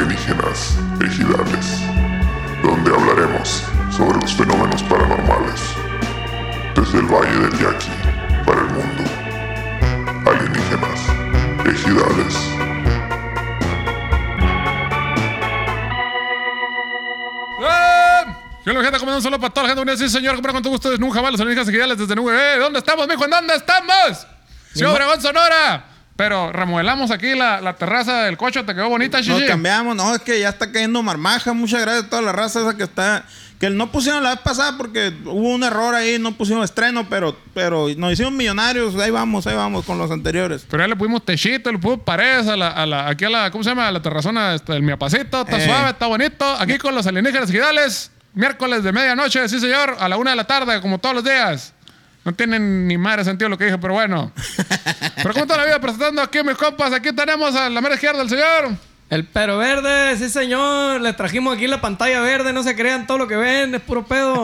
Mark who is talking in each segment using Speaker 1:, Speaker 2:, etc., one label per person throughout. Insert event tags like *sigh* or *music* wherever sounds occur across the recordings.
Speaker 1: Leyendas Ejidales, donde hablaremos sobre los fenómenos paranormales desde el Valle del Yaqui para el mundo. Alienígenas, ejidales.
Speaker 2: ¡Eh! ¿Qué onda, gente? ¿Cómo andan? Solo para toda la gente unida. Sí, señor. Comprar con todo gusto. Es Nunca Jamás. Los alienígenas ejidales desde Nube. ¡Eh! ¿Dónde estamos, mijo? ¿En dónde estamos? Ciudad Dragón, Sonora. Pero remodelamos aquí la, la terraza del coche. Te quedó bonita,
Speaker 3: Nos
Speaker 2: chichi.
Speaker 3: cambiamos, no, es que ya está cayendo marmaja. Muchas gracias a toda la raza esa que está. Que no pusieron la vez pasada porque hubo un error ahí, no pusieron estreno, pero, pero nos hicimos millonarios. Ahí vamos, ahí vamos con los anteriores.
Speaker 2: Pero ya le pusimos techito, le pusimos paredes a la, a la- aquí a la, ¿cómo se llama? A la terrazona este, del Miapacito. Está
Speaker 3: Eh.
Speaker 2: suave, está bonito. Aquí con los alienígenas ejidales. Miércoles de medianoche, sí, señor. A la una de la tarde, como todos los días. No tienen ni madre sentido lo que dije, pero bueno. pero como toda la vida presentando aquí a mis compas, aquí tenemos a la mera izquierda del señor.
Speaker 4: El pero verde, sí señor, les trajimos aquí la pantalla verde, no se crean todo lo que ven, es puro pedo.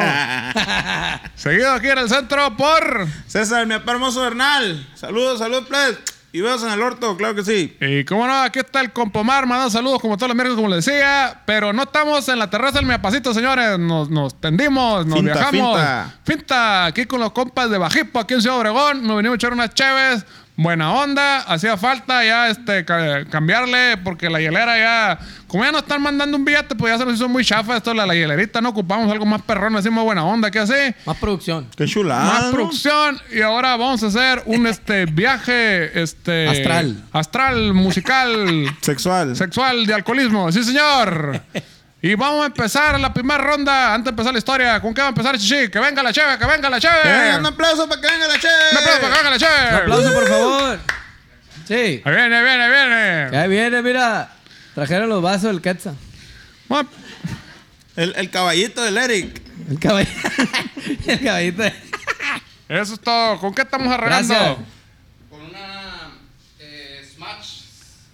Speaker 2: *laughs* Seguido aquí en el centro por...
Speaker 3: César, mi papá hermoso Bernal. Saludos, saludos, please. Y veos en el orto, claro que sí.
Speaker 2: Y cómo no, aquí está el Compomar, mandando saludos como todos los miércoles, como les decía. Pero no estamos en la terraza del Miapacito, señores. Nos, nos tendimos, nos
Speaker 3: Finta,
Speaker 2: viajamos.
Speaker 3: finta.
Speaker 2: Finta, aquí con los compas de Bajipo, aquí en Ciudad Obregón. Nos venimos a echar unas chéves. Buena onda, hacía falta ya este ca- cambiarle porque la hielera ya, como ya nos están mandando un billete, pues ya se nos hizo muy chafa esto, la, la hielerita, no ocupamos algo más perrón, decimos buena onda, ¿qué así?
Speaker 4: Más producción.
Speaker 3: Qué chulada.
Speaker 2: más
Speaker 3: ¿no?
Speaker 2: producción y ahora vamos a hacer un este viaje este
Speaker 4: Astral.
Speaker 2: astral musical
Speaker 3: Sexual.
Speaker 2: sexual de alcoholismo sí señor y vamos a empezar la primera ronda antes de empezar la historia con qué va a empezar Chichi que venga la cheve que venga la cheve
Speaker 3: Que venga, Eh, un aplauso para que venga la che.
Speaker 2: Eh. Un aplauso para que venga la cheve
Speaker 4: Un aplauso, por favor. Sí.
Speaker 2: ahí viene ahí viene ahí viene
Speaker 4: Ahí viene, mira. Trajeron los vasos del Quetzal.
Speaker 2: Vamos-
Speaker 3: El, el caballito del Eric.
Speaker 4: El caballito. *laughs* el caballito. *laughs* de-
Speaker 2: eso es todo con qué estamos arreglando
Speaker 4: Gracias.
Speaker 5: con una eh, Smash.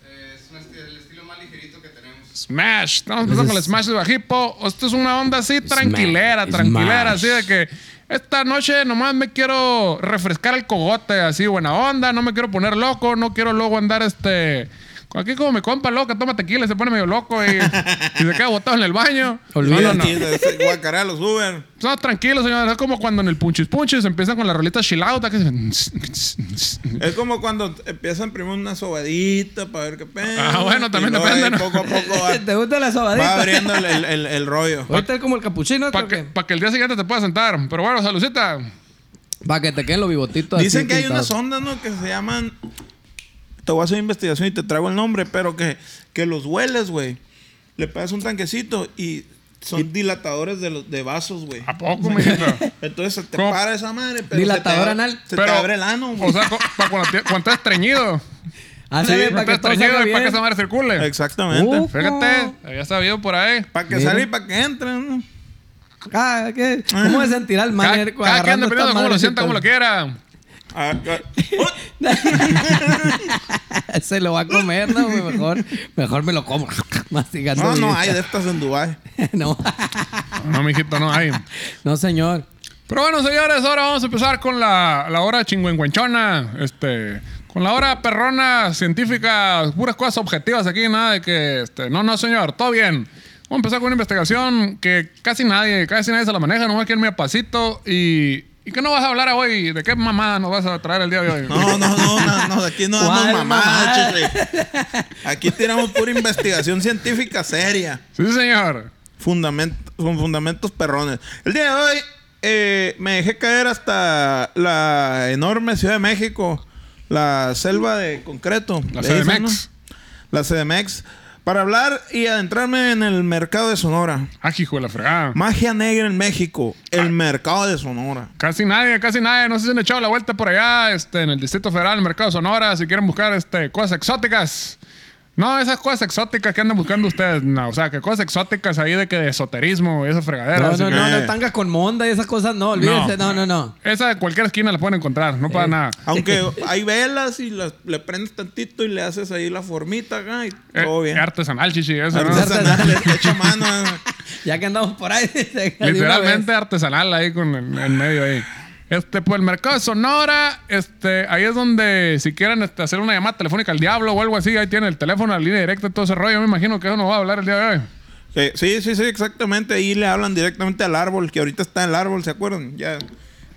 Speaker 5: eh, es un esti- el estilo más ligerito que tenemos.
Speaker 2: Smash. Estamos empezando con el Smash de Bajipo. Esto es una onda así tranquilera,
Speaker 4: Smash.
Speaker 2: tranquilera, así de que esta noche nomás me quiero refrescar el cogote, así buena onda, no me quiero poner loco, no quiero luego andar este... Aquí como mi compa loca toma tequila y se pone medio loco y, y se queda botado en el baño.
Speaker 4: *laughs* Olvídate.
Speaker 2: No, no, no.
Speaker 3: Ese- ese Guacará los Uber.
Speaker 2: Estamos tranquilos, señores. Es como cuando en el punchis punchis empiezan con la rolita chilauta que se-
Speaker 3: Es como cuando empiezan primero una sobadita para ver qué pedo.
Speaker 2: Ah, bueno,
Speaker 3: y
Speaker 2: también
Speaker 3: luego
Speaker 2: depende,
Speaker 3: ahí
Speaker 2: ¿no?
Speaker 3: Poco a poco
Speaker 4: *laughs* ¿Te Pues,
Speaker 3: va,
Speaker 4: gusta la
Speaker 3: va
Speaker 4: sobadita?
Speaker 3: abriendo el, el- el- el rollo.
Speaker 4: Ahorita es como el capuchino.
Speaker 2: para
Speaker 4: Para
Speaker 2: que,
Speaker 4: que,
Speaker 2: pa' que el día siguiente te puedas sentar. Pero bueno, saludcita.
Speaker 4: pa' que te queden los bigotitos. así
Speaker 3: Dicen que hay
Speaker 4: pintados.
Speaker 3: unas ondas, ¿no? Que se llaman. Te voy a hacer investigación y te traigo el nombre, pero que, que los hueles, güey. Le pegas un tanquecito y son dilatadores de, los, de vasos, güey.
Speaker 2: ¿A poco, *laughs* mijito?
Speaker 3: Entonces se te
Speaker 2: Ah. ¿Cómo?
Speaker 3: para esa madre. Pero
Speaker 4: Dilatador
Speaker 3: se te, ab-
Speaker 4: anal.
Speaker 3: Se
Speaker 2: Pero,
Speaker 3: te abre el ano, güey.
Speaker 2: O sea, co- pa' cuando, te- cuando estás
Speaker 4: *laughs*
Speaker 2: estreñido.
Speaker 4: Ándale,
Speaker 2: Cuando
Speaker 4: Ah, para que
Speaker 2: estás
Speaker 4: todo
Speaker 2: estreñido
Speaker 4: salga
Speaker 2: y para que
Speaker 4: bien.
Speaker 2: esa madre circule.
Speaker 3: Exactamente.
Speaker 4: Uh.
Speaker 2: Fíjate, había sabido por ahí.
Speaker 3: Para que
Speaker 4: Mira.
Speaker 3: salga y para que entren, ¿no?
Speaker 4: Ah, ¿qué? ¿Cómo se sentirá el
Speaker 2: Cada, cada
Speaker 4: maner
Speaker 2: quien dependiendo
Speaker 4: agarrando
Speaker 2: de
Speaker 4: estas
Speaker 2: cómo lo sienta,
Speaker 4: madrecitas?
Speaker 2: cómo lo quiera.
Speaker 3: Ah,
Speaker 4: *laughs*
Speaker 3: ah.
Speaker 4: Se lo va a comer, ¿no? güey? Mejor, mejor me lo como. *laughs* Masticando.
Speaker 3: No, no,
Speaker 4: bien.
Speaker 3: hay de estas en Dubai.
Speaker 4: *laughs* no,
Speaker 2: No, mijito, no hay.
Speaker 4: no, señor.
Speaker 2: Pero bueno, señores, ahora vamos a empezar con la, la hora chingüengüenchona. Este, con la hora perrona científica, puras cosas objetivas aquí, nada de que. Este, no, no, señor, todo bien. Vamos a empezar con una investigación que casi nadie, casi nadie se la maneja, nomás que en mi pasito. Y, ¿Y qué nos vas a hablar hoy? ¿De qué mamada nos vas a traer el día de hoy?
Speaker 3: No, no, no, no, no, aquí no damos
Speaker 4: ¿Cuál
Speaker 3: mamadas,
Speaker 4: mamada?
Speaker 3: chicle. Aquí tiramos pura investigación científica seria.
Speaker 2: Sí, señor.
Speaker 3: Fundament con fundamentos perrones. El día de hoy eh, me dejé caer hasta la enorme Ciudad de México, la selva de concreto.
Speaker 2: La
Speaker 3: Le dicen,
Speaker 2: CDMX.
Speaker 3: ¿no? La CDMX. Para hablar y adentrarme en el mercado de Sonora.
Speaker 2: Ah, hijo de la fregada.
Speaker 3: Magia negra en México. El mercado de Sonora.
Speaker 2: Casi nadie, casi nadie. No sé si han echado la vuelta por allá, este, en el Distrito Federal, en el Mercado Sonora, si quieren buscar este, cosas exóticas. No, esas cosas exóticas que andan buscando ustedes. No, o sea, que cosas exóticas ahí de que de esoterismo y esas
Speaker 4: No,
Speaker 2: fregaderas.
Speaker 4: no, no,
Speaker 2: Así
Speaker 4: no,
Speaker 3: que-
Speaker 4: tangas con monda y esas cosas, no, olvídense, no, no, no. Eh,
Speaker 2: que Esa de cualquier esquina la pueden encontrar, no para nada. *laughs*
Speaker 3: Aunque hay velas y las- le prendes tantito y le haces ahí la formita acá y
Speaker 2: Eh,
Speaker 3: todo bien.
Speaker 2: Artesanal, chichi. eso, ¿no?
Speaker 4: Artesanal.
Speaker 3: Artesanales, hecha a mano. eh.
Speaker 4: Ya que andamos por ahí, *laughs* de una vez.
Speaker 2: Literalmente artesanal ahí con, en, en medio ahí. Este, pues el mercado de Sonora, este, ahí es donde si quieren este, hacer una llamada telefónica al diablo o algo así, ahí tiene el teléfono, la línea directa, y todo ese rollo. Me imagino que eso nos va a hablar el día de hoy.
Speaker 3: Eh, Sí, sí, sí, exactamente. Ahí le hablan directamente al árbol, que ahorita está en el árbol, ¿se acuerdan? Ya,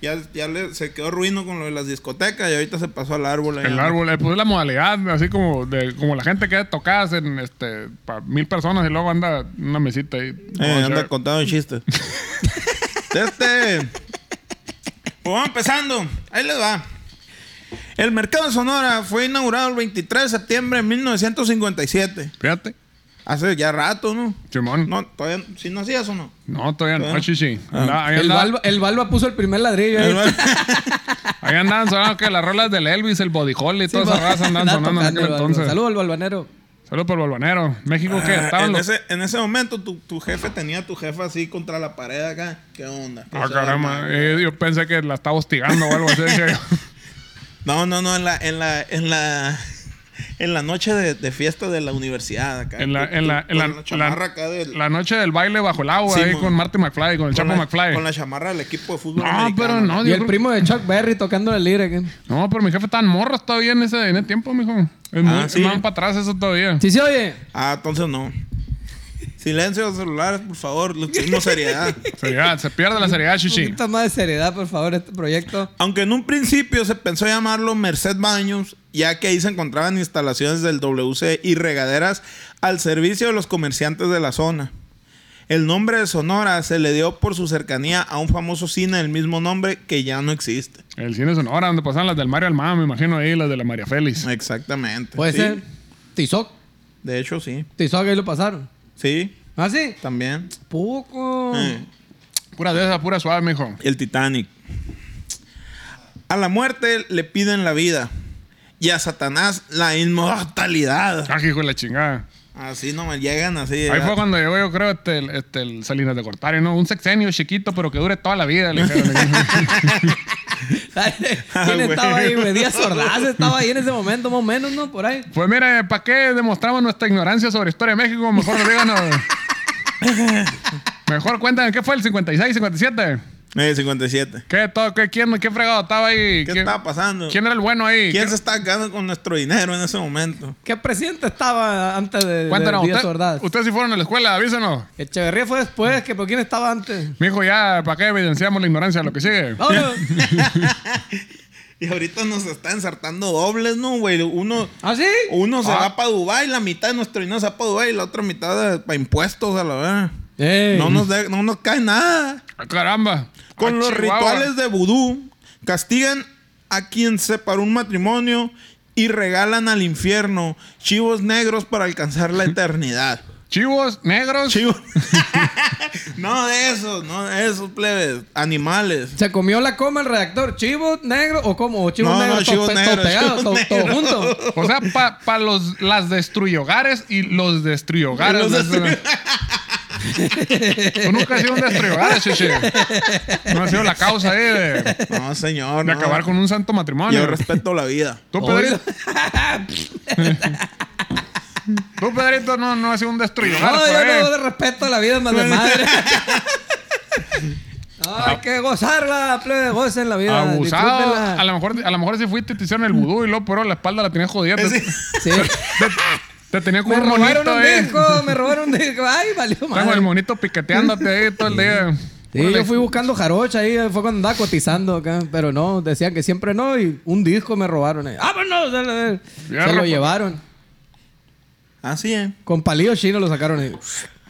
Speaker 3: ya, ya le- se quedó ruino con lo de las discotecas y ahorita se pasó al árbol. ahí.
Speaker 2: El árbol, eh, pues es la modalidad, así como de, como la gente que tocadas en este pa mil personas y luego anda en una mesita ahí.
Speaker 3: Eh,
Speaker 2: Vamos a
Speaker 3: anda
Speaker 2: ver. *laughs*
Speaker 3: contando chistes. este. Pues vamos empezando. Ahí les va. El mercado de Sonora fue inaugurado el 23 de septiembre de 1957.
Speaker 2: Fíjate,
Speaker 3: Hace ya rato, ¿no?
Speaker 2: Simón. No,
Speaker 3: No, todavía, ¿sí nacías o no?
Speaker 2: todavía no.
Speaker 3: Ah.
Speaker 2: chichi. Andaba- ahí
Speaker 4: El
Speaker 2: andaba-
Speaker 4: Balba, el Balba puso el primer ladrillo. ahí.
Speaker 2: *laughs* Ahí andaban sonando que las rolas del Elvis, el Body Holly y
Speaker 4: Sí,
Speaker 2: toda esa
Speaker 4: va-
Speaker 2: raza andaban
Speaker 4: andaba
Speaker 2: sonando en
Speaker 4: tocando
Speaker 2: aquel
Speaker 4: el Balba.
Speaker 2: entonces. Saludos
Speaker 4: Saludos al balbanero.
Speaker 2: por Balvanero. México que estaban
Speaker 3: Ah, en,
Speaker 2: los.
Speaker 3: ese, en ese momento tu, tu jefe tenía a tu jefa así contra la pared acá. ¿Qué onda? ¿Qué
Speaker 2: Ah,
Speaker 3: se
Speaker 2: caramba.
Speaker 3: arma?
Speaker 2: Eh, yo pensé que la estaba hostigando o algo así. dije
Speaker 3: *laughs*
Speaker 2: yo.
Speaker 3: No, no, no, en la, en la, en la, *laughs* en la noche de, de fiesta de la universidad acá.
Speaker 2: en la,
Speaker 3: Tú-
Speaker 2: en la,
Speaker 3: tú
Speaker 2: en la,
Speaker 3: con la chamarra acá del,
Speaker 2: la noche del baile bajo el agua
Speaker 3: Sí,
Speaker 2: ahí
Speaker 3: mon.
Speaker 2: con Marty McFly, con el Chapo
Speaker 3: con la,
Speaker 2: McFly.
Speaker 3: Con la chamarra del equipo de fútbol
Speaker 2: No, pero
Speaker 3: americano.
Speaker 2: no,
Speaker 4: Y
Speaker 2: yo
Speaker 4: el
Speaker 2: creo-
Speaker 4: primo de Chuck Berry tocando la lira. ¿qué?
Speaker 2: No, pero mi jefe tan morro todavía en ese, en ese tiempo, mijo. Es
Speaker 3: Ah,
Speaker 2: muy-
Speaker 3: sí.
Speaker 2: más para atrás eso todavía.
Speaker 4: Sí, sí, oye.
Speaker 3: Ah, entonces no. Silencio celulares, por favor. Lo
Speaker 2: *laughs*
Speaker 3: tuvimos seriedad.
Speaker 2: Seriedad, se pierde la seriedad,
Speaker 4: Un
Speaker 2: chichi.
Speaker 4: poquito más de seriedad, por favor, este proyecto.
Speaker 3: Aunque en un principio se pensó llamarlo Merced Baños, ya que ahí se encontraban instalaciones del WC y regaderas al servicio de los comerciantes de la zona. El nombre de Sonora se le dio por su cercanía a un famoso cine del mismo nombre que ya no existe.
Speaker 2: El cine Sonora, donde pasaban las del Mario Almada, me imagino ahí, las de la María Félix.
Speaker 3: Exactamente.
Speaker 4: Puede
Speaker 3: Sí,
Speaker 4: ser. Tizoc.
Speaker 3: De hecho, sí.
Speaker 4: Tizoc, ahí lo pasaron.
Speaker 3: Sí,
Speaker 4: ¿Ah, sí?
Speaker 3: también.
Speaker 4: Poco.
Speaker 3: Eh.
Speaker 2: Pura de esa, pura suave, mijo.
Speaker 3: El Titanic. A la muerte le piden la vida y a Satanás la inmortalidad.
Speaker 2: Ah, hijo de la chingada.
Speaker 3: Así nomás llegan así.
Speaker 2: Ahí
Speaker 3: ya.
Speaker 2: fue cuando llegó, yo creo, este, el, este, el Salinas de Cortari, ¿no? Un sexenio chiquito, pero que dure toda la vida. le dijeron.
Speaker 3: *laughs*
Speaker 4: ¿Quién estaba ahí, güey? Díaz Ordaz estaba ahí en ese momento, más o menos, ¿no? Por ahí.
Speaker 2: pues mira, ¿para qué demostramos nuestra ignorancia sobre historia de México? Mejor díganos.
Speaker 4: *laughs*
Speaker 2: Mejor cuentan, ¿qué fue el 56, 57?
Speaker 3: Eh, 57.
Speaker 2: ¿Qué, todo, qué, quién, ¿Qué fregado estaba ahí?
Speaker 3: ¿Qué
Speaker 2: ¿Quién-
Speaker 3: estaba pasando?
Speaker 2: ¿Quién era el bueno ahí?
Speaker 3: ¿Quién se está quedando con nuestro dinero en ese momento?
Speaker 4: ¿Qué presidente estaba antes de, de
Speaker 2: Cuéntanos,
Speaker 4: Díaz
Speaker 2: usted- Ah.
Speaker 4: Ordaz?
Speaker 2: ustedes si fueron a la escuela, avísenos.
Speaker 4: Echeverría fue después, que ¿por quién estaba antes?
Speaker 2: Mijo, ya, ¿para qué evidenciamos la ignorancia? Lo que sigue.
Speaker 3: Oh.
Speaker 2: *laughs*
Speaker 4: Vámonos.
Speaker 3: Y ahorita nos está ensartando dobles, ¿no, güey? Uno,
Speaker 4: ¿Ah, sí?
Speaker 3: uno se
Speaker 2: Ah.
Speaker 3: va para Dubái, la mitad de nuestro dinero se va para Dubái y la otra mitad para impuestos, a la verdad.
Speaker 4: Ey.
Speaker 3: No nos, de- no nos cae nada.
Speaker 2: Ah, Caramba.
Speaker 3: Con
Speaker 2: Ah,
Speaker 3: los
Speaker 2: Chihuahua.
Speaker 3: rituales de vudú, castigan a quien separó un matrimonio y regalan al infierno chivos negros para alcanzar
Speaker 2: *laughs*
Speaker 3: la eternidad.
Speaker 2: Chivos, negros.
Speaker 3: Chivos. *laughs* no de esos, no de esos, plebes. Animales.
Speaker 4: ¿Se comió la coma el redactor? ¿Chivo negro o cómo? ¿O chivo
Speaker 3: No,
Speaker 4: negro?
Speaker 3: no,
Speaker 4: todo
Speaker 3: chivo
Speaker 4: pe- todo
Speaker 3: negro,
Speaker 4: pegado,
Speaker 3: chivo
Speaker 4: todo, todo
Speaker 3: negro.
Speaker 4: junto.
Speaker 2: O sea, para los las destruyogares y los destruyogares.
Speaker 3: Los destruy-
Speaker 2: Tú nunca has sido un destruyogares, chiche. No has sido la causa ahí de, de
Speaker 3: No, señor. no.
Speaker 2: acabar con un santo matrimonio.
Speaker 3: Yo respeto la vida.
Speaker 2: Tú,
Speaker 4: Oílo. *laughs*
Speaker 2: Pedrito. Tú, Pedrito, no, no has sido un pues. destruyogar.
Speaker 4: No,
Speaker 2: por
Speaker 4: yo
Speaker 2: ahí.
Speaker 4: no le respeto a la vida más
Speaker 3: *laughs*
Speaker 4: de madre. *laughs* No, hay que gozarla, plebe, gocen la vida.
Speaker 2: Abusado.
Speaker 4: disfrútenla.
Speaker 2: A lo mejor, a lo mejor si fuiste y te hicieron el vudú y luego, pero la espalda la tenías jodida. Te,
Speaker 4: Sí.
Speaker 2: *laughs* te tenía como
Speaker 4: Me
Speaker 2: un
Speaker 4: robaron
Speaker 2: monito,
Speaker 4: un
Speaker 2: eh.
Speaker 4: disco, me robaron un disco. Ay, valió
Speaker 2: Tengo el
Speaker 4: madre.
Speaker 2: monito piqueteándote ahí todo el día.
Speaker 4: Sí, yo fui buscando jarocha ahí, fue cuando andaba cotizando acá, pero no, decían que siempre no y un disco me robaron ahí. ¡Vámonos! Se lo- Se
Speaker 2: Fierro,
Speaker 4: lo
Speaker 2: pa-
Speaker 4: llevaron.
Speaker 3: Así es.
Speaker 4: Con palillo chino lo sacaron ahí.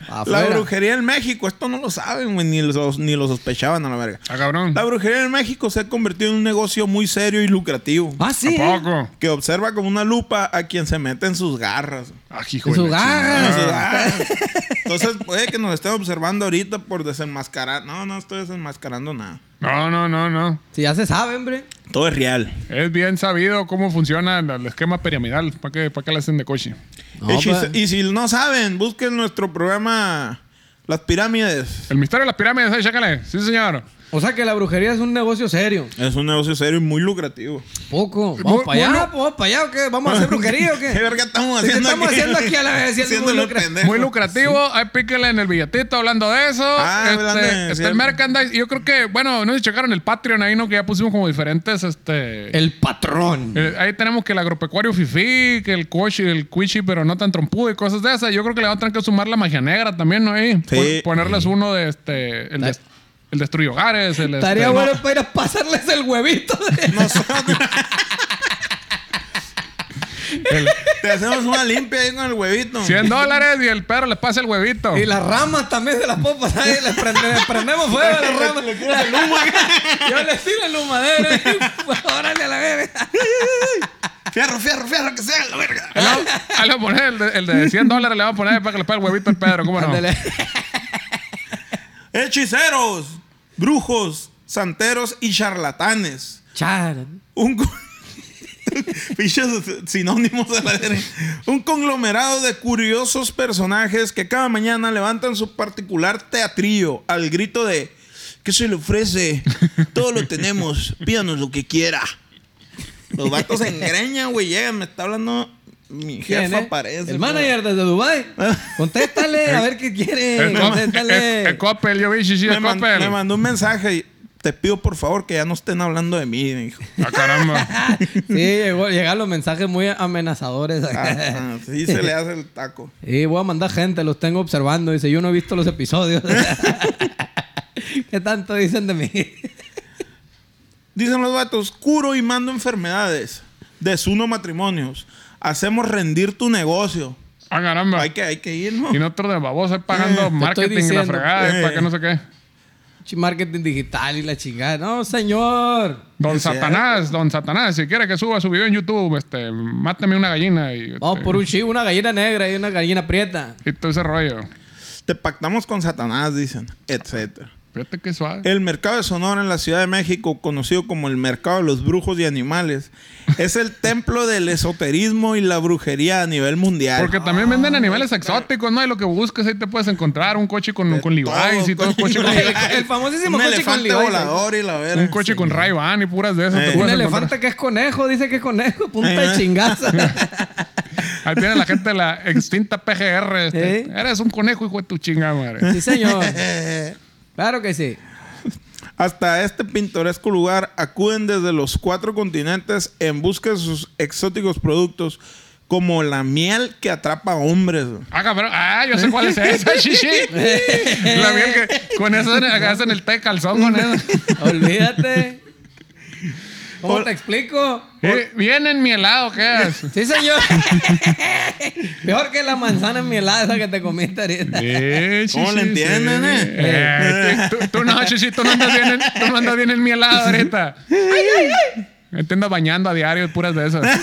Speaker 3: La
Speaker 4: Afuera.
Speaker 3: brujería en México, esto no lo saben, güey, ni lo, ni lo sospechaban a la verga.
Speaker 2: Ah, cabrón.
Speaker 3: La brujería en México se ha convertido en un negocio muy serio y lucrativo.
Speaker 4: Ah, sí. ¿eh?
Speaker 2: Poco.
Speaker 3: Que observa con una lupa a quien se mete en sus garras.
Speaker 2: Ah, hijo
Speaker 4: En
Speaker 2: de
Speaker 4: sus
Speaker 2: la chingada.
Speaker 4: garras.
Speaker 3: En sus garras. Entonces puede que nos estén observando ahorita por desenmascarar. No, no estoy desenmascarando nada.
Speaker 2: No, no, no, no.
Speaker 4: Si ya se sabe, hombre.
Speaker 3: Todo es real.
Speaker 2: Es bien sabido cómo funciona el el esquema piramidal. ¿Para qué, para qué le hacen de coche?
Speaker 4: No,
Speaker 3: y, si,
Speaker 4: pues.
Speaker 3: y si no saben, busquen nuestro programa Las Pirámides.
Speaker 2: El misterio de las pirámides, ahí, ¿eh? chécale. Sí, señor.
Speaker 4: O sea que la brujería es un negocio serio.
Speaker 3: Es un negocio serio y muy lucrativo.
Speaker 4: Poco. Vamos
Speaker 2: Bu-
Speaker 4: para allá,
Speaker 2: bueno.
Speaker 4: pues, vamos para allá, ¿o qué? ¿Vamos
Speaker 2: *laughs*
Speaker 4: a hacer brujería o qué?
Speaker 3: ¿Qué verga estamos
Speaker 4: Sí, ¿qué
Speaker 3: haciendo
Speaker 4: estamos
Speaker 3: aquí?
Speaker 4: haciendo aquí a la vez? Haciendo
Speaker 3: Haciéndolo
Speaker 4: lucra-
Speaker 3: pendejo.
Speaker 2: Muy lucrativo, hay píquele en el billetito hablando de eso.
Speaker 3: Ah,
Speaker 2: Este,
Speaker 3: hablando de-
Speaker 2: está
Speaker 3: cierto.
Speaker 2: el merchandise. Y yo creo que, bueno, no sé si checaron el Patreon ahí, ¿no? Que ya pusimos como diferentes, este.
Speaker 4: El patrón.
Speaker 2: eh, ahí tenemos que el agropecuario fifí, que el cochi, el cuichi, pero no tan trompudo y cosas de esas. Yo creo que le van a tener que sumar la magia negra también, ¿no? Ahí.
Speaker 3: Sí.
Speaker 2: Pon- Ponerles uno de este. El, des- el destruye hogares. El,
Speaker 4: Estaría
Speaker 2: este,
Speaker 4: bueno para ir a pasarles el huevito. de-
Speaker 3: Nosotros
Speaker 2: *laughs* el-
Speaker 3: te hacemos una limpia ahí con el huevito.
Speaker 2: 100 dólares y el perro les pasa el huevito.
Speaker 4: Y las ramas también de las popas. ahí Les prende- les prendemos fuego a las
Speaker 3: *laughs*
Speaker 4: ramas. *laughs* Yo les tiro el humadero. ¿eh? *laughs* Órale a la verga.
Speaker 3: Fierro, fierro, fierro, que sea la verga.
Speaker 2: Ahí le vamos- ahí le vamos a poner el de, el de 100 dólares, le vamos a poner para que le pague el huevito al Pedro, ¿cómo no?
Speaker 4: Ándale.
Speaker 3: Hechiceros, brujos, santeros y charlatanes.
Speaker 4: Charan.
Speaker 3: Un *laughs* co- Pinches sinónimos de la verga. Un conglomerado de curiosos personajes que cada mañana levantan su particular teatrillo al grito de ¿Qué se le ofrece? Todo lo tenemos, pídanos lo que quiera. Los vatos se engreñan, güey, llegan, me está hablando mi
Speaker 4: ¿Quién,
Speaker 3: jefa
Speaker 4: eh?
Speaker 3: aparece.
Speaker 4: El manager desde Dubai.
Speaker 3: *laughs*
Speaker 4: Contéstale a ver qué quiere.
Speaker 2: El, co- el-
Speaker 4: Contéstale.
Speaker 2: el Coppel, yo vi, sí, sí,
Speaker 3: Me,
Speaker 2: el
Speaker 3: man-
Speaker 2: Coppel.
Speaker 3: me mandó un mensaje y te pido por favor que ya no estén hablando de mí, me dijo.
Speaker 2: Ah, caramba.
Speaker 4: Sí, llegó, llegaron los mensajes muy amenazadores.
Speaker 3: Ah, ah, sí se le hace el taco.
Speaker 4: *laughs* Y voy a mandar gente, los tengo observando. Dice, yo no he visto los episodios. *laughs* ¿Qué tanto dicen de mí? *laughs*
Speaker 3: Dicen los vatos, curo y mando enfermedades, desuno matrimonios, hacemos rendir tu negocio.
Speaker 2: Ah, caramba.
Speaker 3: Hay que, hay que ir, ¿no?
Speaker 2: Y nosotros de babosa
Speaker 4: *laughs*
Speaker 2: pagando marketing y la
Speaker 4: diciendo.
Speaker 2: fregada,
Speaker 3: Eh.
Speaker 2: y para que no sé qué.
Speaker 4: Chi- Marketing digital y la chingada. No, señor.
Speaker 2: Don
Speaker 3: Es cierto.
Speaker 2: Satanás, don Satanás, si quiere que suba su video en YouTube, este, mátame una gallina y, este,
Speaker 4: Vamos por un chivo, una gallina negra y una gallina prieta.
Speaker 2: y todo ese rollo.
Speaker 3: Te pactamos con Satanás, dicen, etcétera.
Speaker 2: Fíjate que suave.
Speaker 3: El mercado de Sonora en la Ciudad de México, conocido como el mercado de los brujos y animales, es el templo del esoterismo y la brujería a nivel mundial.
Speaker 2: Porque también venden animales exóticos, ¿no? Y lo que busques ahí te puedes encontrar un coche con, con Levi's y todo,
Speaker 3: con-
Speaker 2: coche con,
Speaker 4: El, el famosísimo
Speaker 3: un
Speaker 4: coche con
Speaker 3: elefante
Speaker 4: Levi's. ¿eh?
Speaker 3: volador y la verga.
Speaker 2: un coche con ray y puras de esas.
Speaker 3: Eh.
Speaker 2: te
Speaker 4: Un
Speaker 2: puedes
Speaker 4: elefante que es conejo, dice que es conejo, punta
Speaker 3: Eh,
Speaker 4: de chingaza.
Speaker 2: encontrar. Ahí tiene la gente de la extinta PGR. este,
Speaker 4: Eh.
Speaker 2: Eres un conejo, hijo de tu chinga, madre.
Speaker 4: Sí, señor. Claro que sí.
Speaker 3: Hasta este pintoresco lugar acuden desde los cuatro continentes en busca de sus exóticos productos, como la miel que atrapa
Speaker 2: *laughs*
Speaker 3: hombres. güey.
Speaker 2: Ah, cabrón. Ah, yo sé cuál es esa,
Speaker 4: *laughs*
Speaker 2: chichi. La miel que con eso hacen el té de calzón con eso.
Speaker 4: *laughs* Olvídate. ¿Cómo te explico?
Speaker 2: Eh, Vienen mielado, ¿qué es?
Speaker 4: Sí, señor. Peor que la manzana mielada esa que te comiste ahorita.
Speaker 2: Eh,
Speaker 3: ¿Cómo
Speaker 2: chichi,
Speaker 3: le entienden,
Speaker 2: sí.
Speaker 3: eh?
Speaker 2: Eh, tú, tú no, chichi, tú no andas bien, en- tú no andas bien enmielado ahorita. Me te andas bañando a diario puras de esas.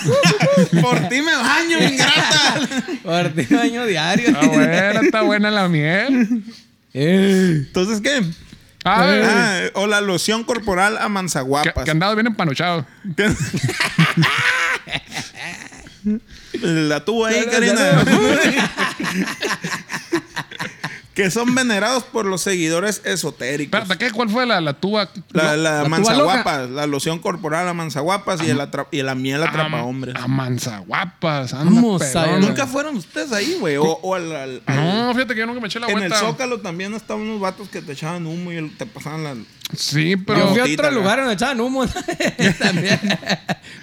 Speaker 3: Por ti me baño, ingrata.
Speaker 4: Por ti baño diario.
Speaker 2: Está buena, está buena la miel.
Speaker 4: *laughs* Eh.
Speaker 3: Entonces, ¿qué?
Speaker 2: A ver,
Speaker 3: Ah, o la loción corporal a
Speaker 2: eh, que,
Speaker 3: manzaguapas.
Speaker 2: que andado bien empanuchado.
Speaker 3: La tuvo ahí,
Speaker 4: Ya, ya,
Speaker 3: Karina.
Speaker 4: ya
Speaker 3: *laughs* que son venerados por los seguidores esotéricos.
Speaker 2: Espérate, ¿qué? ¿Cuál fue la, la tuba?
Speaker 3: La, la,
Speaker 4: tuba
Speaker 3: manzaguapas, la loción corporal a manzaguapas y, el atra- y la miel atrapa hombres.
Speaker 2: A manzaguapas.
Speaker 4: Vamos a-
Speaker 3: Nunca fueron ustedes ahí, güey. O, o al, al- al-
Speaker 2: No, fíjate que yo nunca me eché la
Speaker 3: en el
Speaker 2: vuelta.
Speaker 3: Zócalo también estaban unos vatos que te echaban humo y el- te pasaban la.
Speaker 2: Sí, pero.
Speaker 4: Yo fui a
Speaker 3: Botita,
Speaker 4: otro
Speaker 3: ¿no?
Speaker 4: lugar donde echaban humo *laughs* también.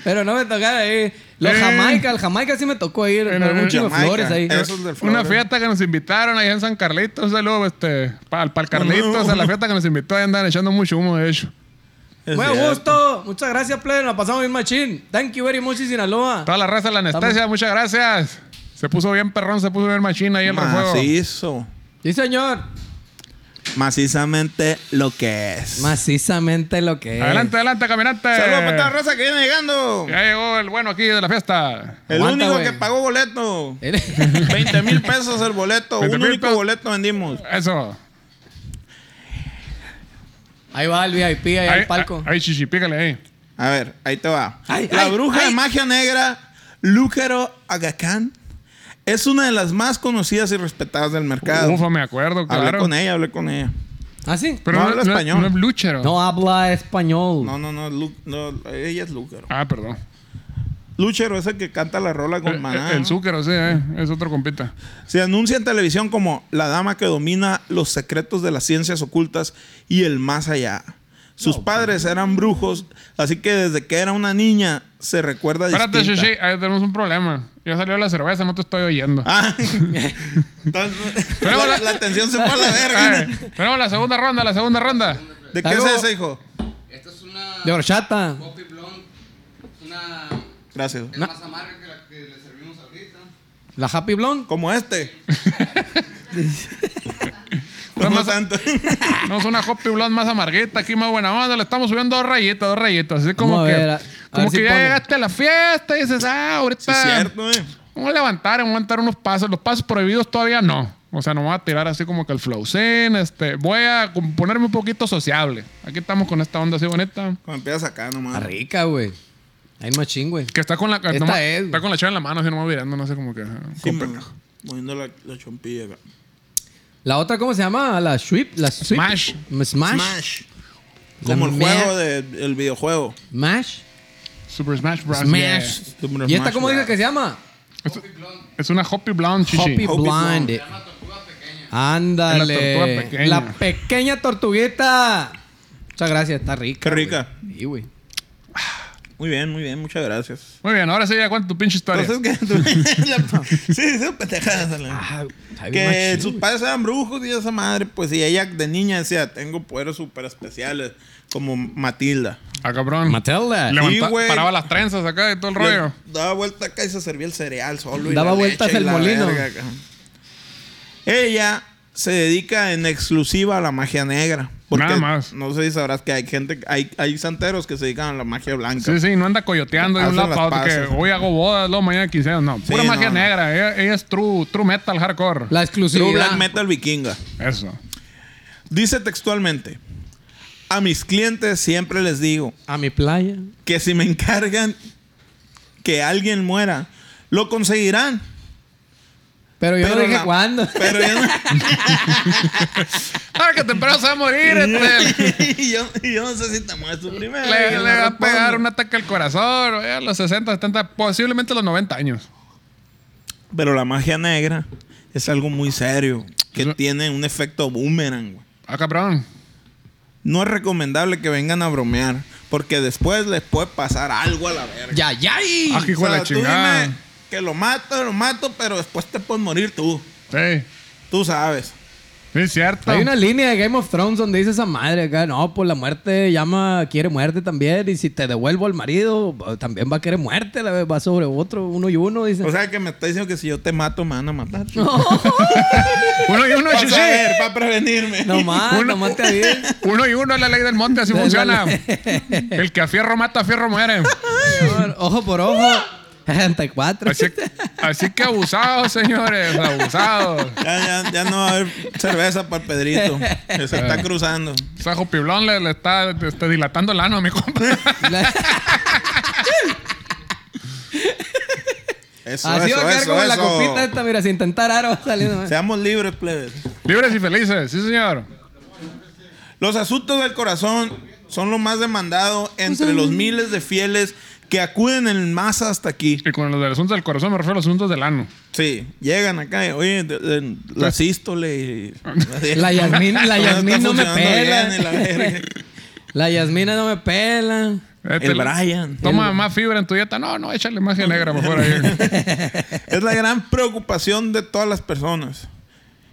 Speaker 4: Pero no me tocaron ahí. Los
Speaker 2: Eh.
Speaker 4: Jamaica, el Jamaica sí me tocó ir.
Speaker 2: En
Speaker 4: Pero
Speaker 2: el
Speaker 4: un chingo de
Speaker 3: Jamaica.
Speaker 4: flores ahí.
Speaker 3: Esos
Speaker 2: Una
Speaker 3: del Flores.
Speaker 2: fiesta que nos invitaron allá en San Carlitos, saludos este, para el Carlitos, a la fiesta que nos invitó, ahí andan echando mucho humo, de hecho.
Speaker 3: Es
Speaker 4: Buen
Speaker 3: cierto.
Speaker 4: gusto. Muchas gracias, plebe. La pasamos bien machín. Thank you very much, Sinaloa.
Speaker 2: Toda la raza de la anestesia, muchas gracias. Se puso bien perrón, se puso bien machina ahí el
Speaker 3: Ah,
Speaker 2: refuego.
Speaker 3: Macizo.
Speaker 4: Sí, señor.
Speaker 3: Macizamente lo que es.
Speaker 4: Macizamente lo que es.
Speaker 2: Adelante, adelante, caminante.
Speaker 3: Saludos pues, para toda la raza que viene llegando.
Speaker 2: Ya llegó el bueno aquí de la fiesta.
Speaker 3: El
Speaker 4: Aguanta,
Speaker 3: único
Speaker 4: güey.
Speaker 3: que pagó boleto.
Speaker 4: Adelante.
Speaker 3: 20 mil pesos el boleto.
Speaker 2: 20
Speaker 3: Un
Speaker 2: mil
Speaker 3: único
Speaker 2: pesos.
Speaker 3: boleto vendimos.
Speaker 2: Eso.
Speaker 4: Ahí va el VIP, ahí al palco.
Speaker 2: Ahí, chichi, pícale ahí.
Speaker 3: A ver, ahí te va.
Speaker 4: Ay,
Speaker 3: la
Speaker 4: ay,
Speaker 3: bruja de
Speaker 4: ay.
Speaker 3: magia negra, Lúcaro Agacán, es una de las más conocidas y respetadas del mercado.
Speaker 2: Ufa, me acuerdo,
Speaker 3: hablé
Speaker 2: claro.
Speaker 3: con ella, hablé con ella.
Speaker 4: ¿Ah, sí?
Speaker 2: Pero
Speaker 3: No habla español.
Speaker 2: No es Luchero.
Speaker 4: No habla español.
Speaker 3: No, no, no, Lu- no, ella es Lucero.
Speaker 2: Ah, perdón.
Speaker 3: Luchero es el que canta la rola con
Speaker 2: El,
Speaker 3: Maná.
Speaker 2: el
Speaker 3: ¿no?
Speaker 2: Zúquero, sí, eh, es otro compita.
Speaker 3: Se anuncia en televisión como la dama que domina los secretos de las ciencias ocultas y el más allá. Sus padres
Speaker 2: pues.
Speaker 3: eran brujos, así que desde que era una niña se recuerda
Speaker 2: Espérate,
Speaker 3: distinta.
Speaker 2: Shishi, ahí tenemos un problema. Ya salió la cerveza, no te estoy oyendo.
Speaker 3: *laughs* Ah, entonces,
Speaker 2: Pero
Speaker 3: la,
Speaker 2: la-
Speaker 3: la atención se fue a la verga.
Speaker 2: Eh, tenemos la segunda ronda, la segunda ronda.
Speaker 3: ¿De qué
Speaker 4: Algo-
Speaker 3: es eso, hijo?
Speaker 5: Esta es una.
Speaker 4: De horchata.
Speaker 5: Poppy Blonde. Una.
Speaker 3: Gracias.
Speaker 5: Es más amarga que la que le servimos ahorita.
Speaker 4: La Happy Blonde.
Speaker 2: *laughs*
Speaker 3: Como este.
Speaker 2: Nada
Speaker 3: Como
Speaker 2: más- *laughs*
Speaker 3: tanto.
Speaker 2: Tenemos una Hoppy Blonde más amarguita, aquí más buena onda. Le estamos subiendo dos rayitas, dos rayitas. Así como
Speaker 4: Vamos a
Speaker 2: que,
Speaker 4: ver, a- a
Speaker 2: como
Speaker 4: ver
Speaker 2: que
Speaker 4: si
Speaker 2: ya
Speaker 4: pone.
Speaker 2: llegaste a la fiesta y dices, ah,
Speaker 3: Sí,
Speaker 2: ahorita.
Speaker 3: cierto, eh.
Speaker 2: Vamos a levantar, vamos a levantar unos pasos. Los pasos prohibidos todavía no. O sea, no vamos a tirar así como que el flow zen, este, voy a com- ponerme un poquito sociable. Aquí estamos con esta onda así bonita.
Speaker 3: Cuando empiezas acá nomás.
Speaker 4: Está Ah, rica, güey. Hay machín, güey.
Speaker 2: Que está con la
Speaker 4: Esta
Speaker 2: nomás-
Speaker 4: es, güey.
Speaker 2: está con la chava en la mano, así nomás mirando, no sé como que. ah,
Speaker 3: Sí,
Speaker 2: como
Speaker 3: mo-
Speaker 2: pendejo.
Speaker 3: moviendo la, la chompilla acá.
Speaker 4: La otra, ¿cómo se llama? La Sweep. La Sweep.
Speaker 2: Smash.
Speaker 4: Smash.
Speaker 3: Smash.
Speaker 4: La
Speaker 3: Como el
Speaker 4: mea-
Speaker 3: juego del videojuego.
Speaker 4: Mash.
Speaker 2: Super Smash Bros.
Speaker 4: Smash.
Speaker 2: yeah.
Speaker 3: Super
Speaker 4: ¿Y esta
Speaker 3: Smash
Speaker 4: cómo dice
Speaker 3: Bros.
Speaker 4: que se llama?
Speaker 2: Es una Hoppy Blonde, chichi.
Speaker 4: Hoppy
Speaker 3: Hoppy
Speaker 4: Blonde.
Speaker 2: Es la tortuga
Speaker 4: Ándale.
Speaker 2: pequeña.
Speaker 4: La pequeña tortuguita. Muchas gracias, está rica.
Speaker 3: Qué
Speaker 4: güey.
Speaker 3: rica.
Speaker 4: Sí, güey.
Speaker 3: Muy bien, muy bien, muchas gracias.
Speaker 2: Muy bien, ahora sí, ya cuenta tu pinche historia.
Speaker 3: Entonces, que
Speaker 4: *laughs*
Speaker 3: tú- *laughs* la- sí, son pendejadas. dale.
Speaker 4: Ah, está bien
Speaker 3: que
Speaker 4: machín,
Speaker 3: sus
Speaker 4: güey.
Speaker 3: padres eran brujos y esa madre, pues, y ella de niña decía, tengo poderes super especiales, como Matilda.
Speaker 2: ah, cabrón.
Speaker 4: Matilda.
Speaker 2: Levanta-
Speaker 3: Sí, güey.
Speaker 2: paraba las trenzas acá y todo el rollo.
Speaker 3: Le Daba vuelta acá y se servía el cereal solo. y
Speaker 4: Daba
Speaker 3: la
Speaker 4: vueltas
Speaker 3: leche y
Speaker 4: el
Speaker 3: la
Speaker 4: molino.
Speaker 3: verga acá. Ella se dedica en exclusiva a la magia negra. Porque
Speaker 2: Nada más.
Speaker 3: No sé si sabrás que hay gente, hay, hay santeros que se dedican a la magia blanca.
Speaker 2: Sí, sí, no anda coyoteando de un
Speaker 3: Hacen
Speaker 2: lado
Speaker 3: las
Speaker 2: para otro que
Speaker 3: paces.
Speaker 2: hoy hago bodas, luego mañana quinceaños. No,
Speaker 3: Sí,
Speaker 2: pura magia
Speaker 3: no, no.
Speaker 2: negra. Ella, ella es true, true metal hardcore.
Speaker 4: La
Speaker 3: True
Speaker 4: exclusividad.
Speaker 3: black metal vikinga.
Speaker 2: Eso.
Speaker 3: Dice textualmente: A mis clientes siempre les digo
Speaker 4: A mi playa.
Speaker 3: que si me encargan que alguien muera, lo conseguirán.
Speaker 4: Pero yo no dije
Speaker 3: la- *laughs*
Speaker 4: cuándo.
Speaker 3: Pero yo no-
Speaker 2: Ahora que temprano se va a
Speaker 4: *laughs*
Speaker 2: morir, este.
Speaker 3: *laughs* y yo, y yo no sé si te mueres tú primero.
Speaker 2: Le,
Speaker 3: Yo no
Speaker 2: le va a pegar
Speaker 3: respondo.
Speaker 2: un ataque al corazón eh, a los 60, 70, posiblemente a los 90 años.
Speaker 3: Pero la magia negra es algo muy serio que
Speaker 2: Eso-
Speaker 3: tiene un efecto boomerang. güey.
Speaker 2: Ah, cabrón.
Speaker 3: No es recomendable que vengan a bromear porque después les puede pasar algo a la verga.
Speaker 4: Ya, ya. y-
Speaker 2: Ah, hijo
Speaker 3: O sea,
Speaker 2: de la
Speaker 3: tú
Speaker 2: chingada.
Speaker 3: dime que lo mato, lo mato, pero después te puedes morir tú.
Speaker 2: Sí,
Speaker 3: Tú sabes.
Speaker 2: sí, es cierto.
Speaker 4: Hay una línea de Game of Thrones donde dice esa madre acá, no, pues la muerte llama, quiere muerte también, y si te devuelvo al marido, eh, también va a querer muerte, la vez va sobre otro, uno y uno, dice.
Speaker 3: O sea que me está diciendo que si yo te mato me van a matar.
Speaker 2: Uno y uno,
Speaker 3: Para
Speaker 2: chichi.
Speaker 3: saber, para prevenirme.
Speaker 4: *laughs*
Speaker 2: *laughs*
Speaker 4: no más,
Speaker 2: uno-
Speaker 4: no más te aviso.
Speaker 2: Uno y uno es la ley del monte, así
Speaker 4: Es la
Speaker 2: funciona.
Speaker 4: ley.
Speaker 2: El que a fierro mata, a fierro muere.
Speaker 4: Señor, Ojo por ojo. 64.
Speaker 2: Así,
Speaker 4: *laughs*
Speaker 2: así que abusados, señores, abusados.
Speaker 3: Ya, ya, ya no va a haber cerveza para el Pedrito.
Speaker 2: *laughs*
Speaker 3: Que se está cruzando.
Speaker 2: O sea, Piblón le, le está este, dilatando el ano a mi
Speaker 3: *laughs*
Speaker 2: compa.
Speaker 4: La-
Speaker 3: Eso,
Speaker 4: Así
Speaker 3: eso,
Speaker 4: va a quedar
Speaker 3: eso,
Speaker 4: como la
Speaker 3: eso.
Speaker 4: copita esta, mira, si intentar aro va saliendo.
Speaker 3: Seamos libres, plebes.
Speaker 2: Libres y felices, sí, señor.
Speaker 3: Los asuntos del corazón son lo más demandado entre los miles de fieles que acuden en masa hasta aquí.
Speaker 2: Y con los del asunto del corazón me refiero a los asuntos del ano.
Speaker 3: Sí, llegan acá y, oye, de- de- la sístole y...
Speaker 4: La
Speaker 3: *laughs*
Speaker 4: Yasmín-
Speaker 3: está
Speaker 4: la Yasmín no me
Speaker 3: funcionando
Speaker 4: pela.
Speaker 3: bien y la verga.
Speaker 4: La Yasmina no me pela.
Speaker 2: Este,
Speaker 3: El Brian.
Speaker 2: Toma más fibra en tu dieta. No, no, échale magia negra mejor
Speaker 3: *laughs*
Speaker 2: ahí.
Speaker 3: Es la gran preocupación de todas las personas.
Speaker 4: Ah.